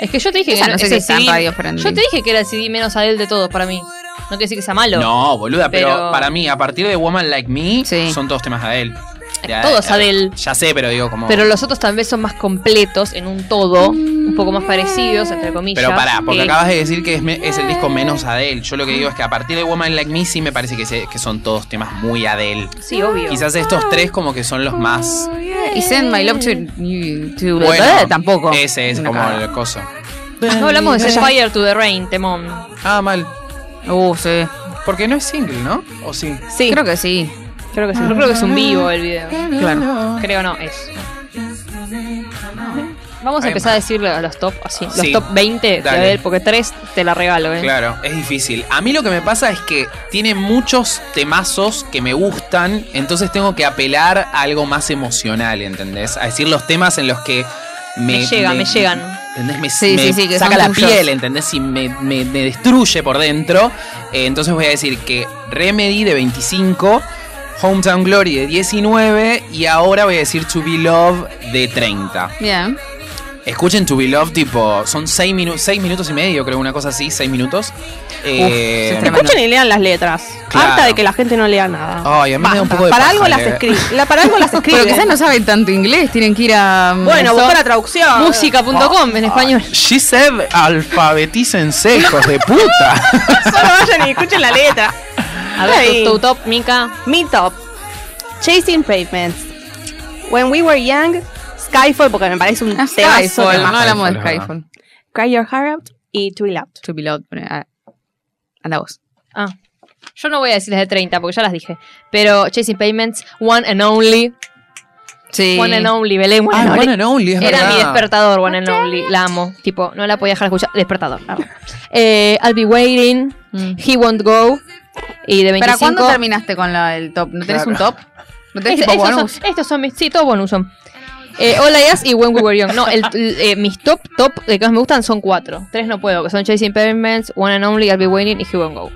Es que yo te dije Esa que no sé ese si es tan CD radio friendly. Yo te dije que era el CD menos Adele de todos para mí. No quiere decir que sea malo. No, boluda, pero, Pero- para mí, a partir de Woman Like Me, Sí. son todos temas de él. Todos Adele. Ya sé, pero digo como. Pero los otros tal vez son más completos en un todo, un poco más parecidos, entre comillas. Pero pará, porque Eh, acabas de decir que es, me- es el disco menos Adele. Yo lo que digo es que a partir de Woman Like Me sí me parece que, se- que son todos temas muy Adele. Sí, obvio. Quizás estos tres como que son los más... Y Send My Love to, you- to Bueno, Eh, tampoco. Ese es Una como cagada. el coso. No hablamos de Set Fire to the Rain, temón. Ah, mal. Uh, sí. Porque no es single, ¿no? ¿O sí? Sí, Creo que sí. creo que sí. Yo creo que es un vivo el video. Claro. Creo no, es. Vamos a Ay, empezar a decirle a los top, así, los Sí. top 20 de Dale. Adele, porque tres te la regalo, ¿eh? Claro, es difícil. A mí lo que me pasa es que tiene muchos temazos que me gustan, entonces tengo que apelar a algo más emocional, ¿entendés? A decir los temas en los que me... Me llega, me llegan. ¿Entendés? Me, Sí, me sí, sí, que saca son la tuyos. piel, ¿entendés? Y me, me- me destruye por dentro. Eh, entonces voy a decir que Remedy de 25, Hometown Glory de 19 y ahora voy a decir To Be Love de 30. Bien. Escuchen To Be Love, tipo, son seis, minu- seis minutos y medio, creo, una cosa así, seis minutos. Eh, se tremendo. Escuchen y lean las letras. Claro. Harta de que la gente no lea nada. Ay, a mí me da un Basta. poco de para paja eh. algo las leer. escribe. La, para [LAUGHS] algo las escribe. Pero quizás no saben tanto inglés, tienen que ir a. mm, Bueno, Eso- busca la Ah. traducción. Música.com en español. She said alfabetícense, hijos de puta. [LAUGHS] Solo vayan y escuchen la letra. A ver, Ay. tu, tu top, Mika. Mi top. Chasing Pavements. When We Were Young. Skyfall, porque me parece un a temazo. Skyfall. No hablamos de Ah, Skyfall, es Skyfall. Cry Your Heart Out y To Be Loved. To be loved. bueno, ah, Anda vos. Ah. Yo no voy a decir las de 30 porque ya las dije. Pero Chasing Payments, One and Only. Sí. One and Only, Belén, One Ah, and Only. bueno, no, es Era verdad. mi despertador, One and Only. La amo. Tipo, no la podía dejar de escuchar. Despertador. la amo. Eh, I'll be waiting. Mm. He won't go. Y de 25. ¿Para cuándo terminaste con la, el top? ¿No tenés un Claro. top? ¿No Es- tenés tipo estos, bonus? son, estos son mis. Sí, todos bonus son. Eh, All I Ask y When We Were Young. No, el- el- eh, mis top, top de que más me gustan son cuatro. Tres no puedo, que son Chasing Payments, One and Only, I'll be waiting y He won't go.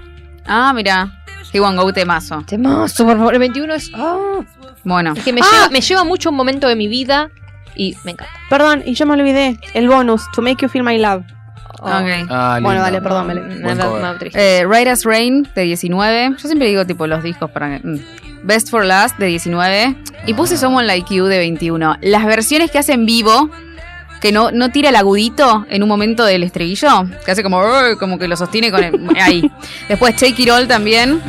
Ah, mira. He won't go temazo. Temazo, por favor. El 21 es. ah. Bueno. Es que me, lleva, me lleva mucho un momento de mi vida y me encanta. Perdón, y yo me olvidé. El bonus. To Make You Feel My Love. Oh, Ok. Ah, lindo. Bueno, dale, perdón, me, Belén. me, Buen me- cover. me triste. Eh, Right as Rain de 19. Yo siempre digo tipo los discos para. mm. Best for Last de 19. Y puse Someone Like You de 21. Las versiones que hace en vivo, que no, no tira el agudito en un momento del estribillo, que hace como, "Ey", como que lo sostiene con el- ahí. [LAUGHS] Después Take It All también.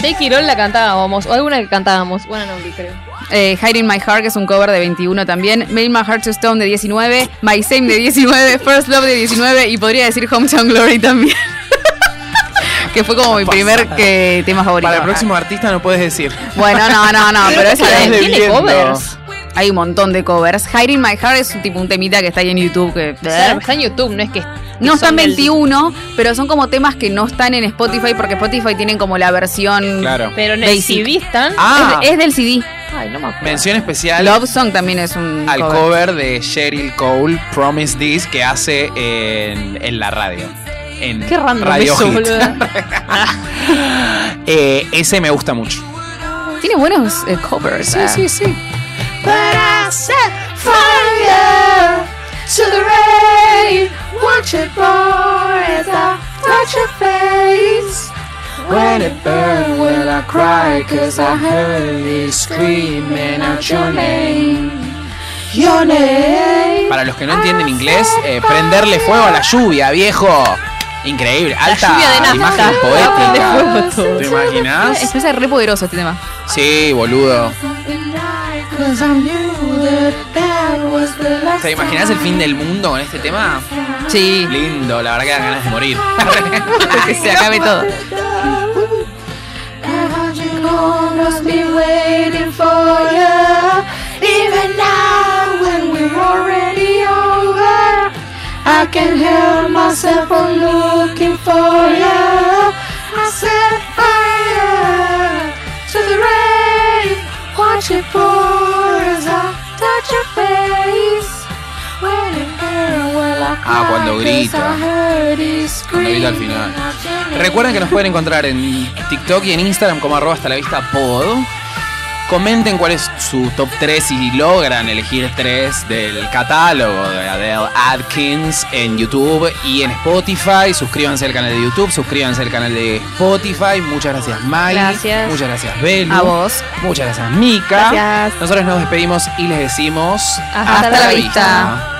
Jay Quirón la cantábamos, o alguna que cantábamos. One and Only, creo. Ah, Eh, Hiding My Heart, que es un cover de 21 también. Mail My Heart to Stone de 19. My Same de 19. First Love de 19. Y podría decir Hometown Glory también. [LAUGHS] que fue como mi primer que, tema favorito. Para el próximo artista no puedes decir. Bueno, no, [LAUGHS] no, no, pero esa Estás de- ¿tiene debiendo. ¿Eh? covers? Hay un montón de covers. Hiding My Heart es un tipo un temita que está ahí en YouTube. Que, ¿eh? Claro, está en YouTube, no es que. No están son del- 21, pero son como temas que no están en Spotify porque Spotify tienen como la versión. Claro. Pero en el Basic. CD están. Ah, Es, es del CD. Ay, no me acuerdo. Mención especial Love Song también es un al cover. cover de Cheryl Cole, Promise This, que hace en, en la radio. En Qué random Radio eso, Hit. boludo. [LAUGHS] Eh, ese me gusta mucho. Tiene buenos eh, covers. ah. sí. When it burn, will I cry? Cause I heard you screaming out your name. Your name. Para los que no entienden inglés, eh, prenderle fuego a la lluvia, viejo. Increíble. Alta lluvia de nafta. imagen La prende poética. fuego todo. ¿Te imaginas? Es es re poderoso este tema. Sí, boludo. Cause I knew that that was the last ¿Te imaginas el fin del mundo con este tema? Sí. Lindo, la verdad que dan ganas de [LAUGHS] morir. [LAUGHS] que se acabe todo. must be waiting for you. Even now, when we're already over, I can help myself from looking for you. I set fire to the rain. Watch it pour as I touch your face. When it burn, will I Ah, cuando cry? 'Cause grita. I heard you Cuando grita al screaming final. out your name. Recuerden que nos pueden encontrar en TikTok y en Instagram como arroba hasta la vista pod. Comenten cuál es su top 3 y logran elegir 3 del catálogo de Adele Adkins en YouTube y en Spotify. Suscríbanse al canal de YouTube, suscríbanse al canal de Spotify. Muchas gracias Mike. Gracias. Muchas gracias Belu. A vos. Muchas gracias Mika. Gracias. Nosotros nos despedimos y les decimos Hasta la vista. vista.